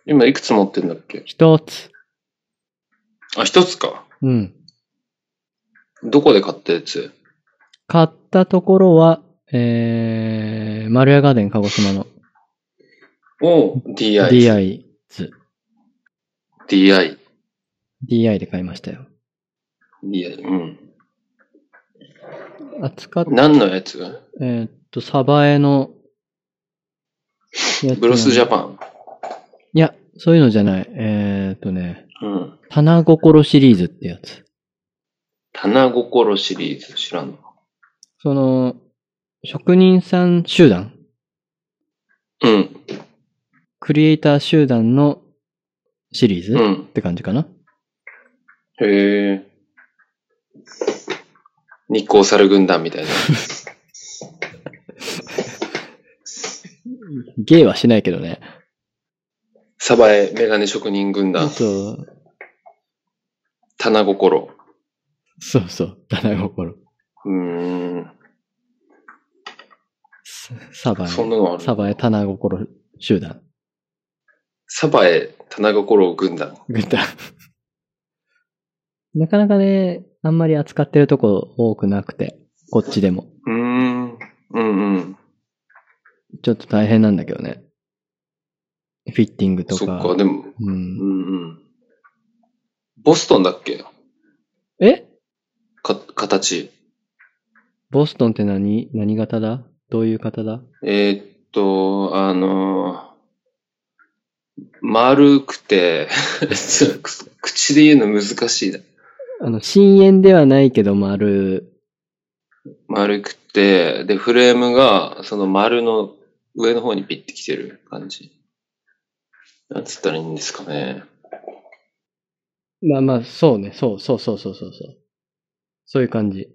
Speaker 2: 今いくつ持ってんだっけ
Speaker 1: 一つ。
Speaker 2: あ、一つか。
Speaker 1: うん。
Speaker 2: どこで買ったやつ
Speaker 1: 買ったところは、えー、丸屋ガーデン鹿児島の
Speaker 2: を DI。
Speaker 1: DI ズ。
Speaker 2: DI。
Speaker 1: DI で買いましたよ。
Speaker 2: DI。うん。
Speaker 1: 扱っ
Speaker 2: 何のやつ
Speaker 1: えーっと、サバエの、
Speaker 2: ブロスジャ
Speaker 1: ン。
Speaker 2: パン。
Speaker 1: いや、そういうのじゃない。えーっとね、
Speaker 2: うん。
Speaker 1: 棚心シリーズってやつ。
Speaker 2: 棚心シリーズ知らんの。
Speaker 1: その、職人さん集団
Speaker 2: うん。
Speaker 1: クリエイター集団のシリーズ、
Speaker 2: う
Speaker 1: っ
Speaker 2: ん。
Speaker 1: て感じかな。
Speaker 2: へえ。日光猿軍団みたいな。
Speaker 1: ゲーはしないけどね。
Speaker 2: サバエメガネ職人軍団。
Speaker 1: そう。
Speaker 2: 棚心。
Speaker 1: そうそう。七心。
Speaker 2: うーん。
Speaker 1: ササバエ。
Speaker 2: そんなのある
Speaker 1: サバエ棚心集団。
Speaker 2: サバエ棚心軍団。
Speaker 1: 軍団。 なかなかね、あんまり扱ってるとこ多くなくて、こっちでも。
Speaker 2: うーん。うんうん。
Speaker 1: ちょっと大変なんだけどね。フィッティングと
Speaker 2: そっ
Speaker 1: か。
Speaker 2: か、でも。
Speaker 1: う
Speaker 2: う
Speaker 1: ん、
Speaker 2: んうん。ボストンだっけ
Speaker 1: え
Speaker 2: か、形。
Speaker 1: ボストンって何何型だどういう型だ
Speaker 2: えーっと、あのー丸くて、 く口で言うの難しいな。
Speaker 1: あの、深淵ではないけど丸。
Speaker 2: 丸くて、で、フレームが、その丸の上の方にピッてきてる感じ。なんつったらいいんですかね。
Speaker 1: まあまあ、そうね。そうそうそうそうそうそう。そういう感じ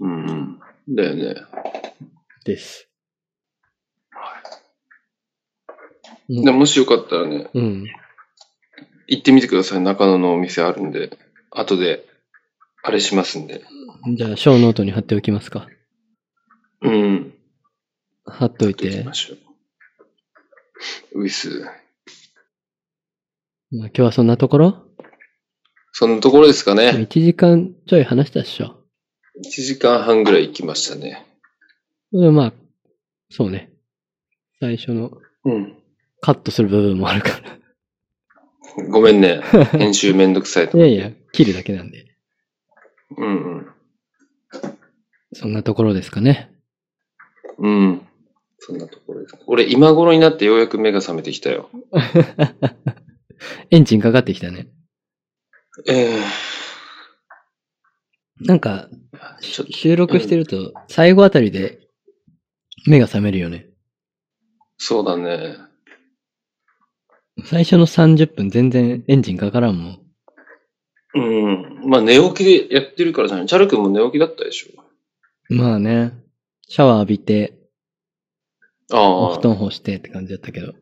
Speaker 2: うんうん。だよね。
Speaker 1: です。うん
Speaker 2: でもしよかったらね、
Speaker 1: うん。
Speaker 2: 行ってみてください。中野のお店あるんで。後で、あれしますんで。
Speaker 1: じゃあ、ショーノートに貼っておきますか。
Speaker 2: うん。
Speaker 1: 貼っとい
Speaker 2: 行き
Speaker 1: て。
Speaker 2: ましょう。ウィス。
Speaker 1: まあ、今日はそんなところ
Speaker 2: そんなところですかね。
Speaker 1: ?1 時間ちょい話したっしょ。
Speaker 2: 1時間半ぐらい行きましたね。
Speaker 1: でもまあ、そうね。最初の
Speaker 2: うん。
Speaker 1: カットする部分もあるから。
Speaker 2: ごめんね。編集めんどくさいと
Speaker 1: い
Speaker 2: 思
Speaker 1: や
Speaker 2: って。
Speaker 1: いや、切るだけなんで。
Speaker 2: うん
Speaker 1: そんなところですかね。
Speaker 2: うん。うん。そんなところですか。俺、今頃になってようやく目が覚めてきたよ。
Speaker 1: エンジンかかってきたね。
Speaker 2: ええ
Speaker 1: なんか、
Speaker 2: ちょっと、
Speaker 1: 収録してると、最後あたりで、目が覚めるよね。
Speaker 2: そうだね。
Speaker 1: 最初の30分全然エンジンかからんもん。
Speaker 2: うん。まあ、寝起きでやってるからじゃない。チャル君も寝起きだったでしょ。
Speaker 1: まあね、シャワー浴びて、お
Speaker 2: あ
Speaker 1: 布
Speaker 2: あ。
Speaker 1: 団干してって感じだったけど。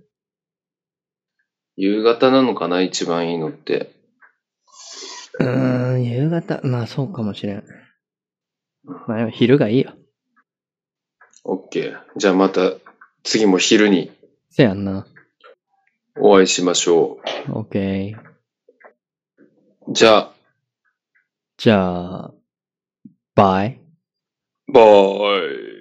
Speaker 2: 夕方なのかな、一番いいのって。
Speaker 1: うーん、夕方、まあそうかもしれん。まあ昼がいいよ。
Speaker 2: オッケー。じゃあまた、次も昼に
Speaker 1: せやんな。
Speaker 2: お会いしましょ
Speaker 1: オッケー。
Speaker 2: う。じゃあ、
Speaker 1: じゃあ、バイ。
Speaker 2: バイ。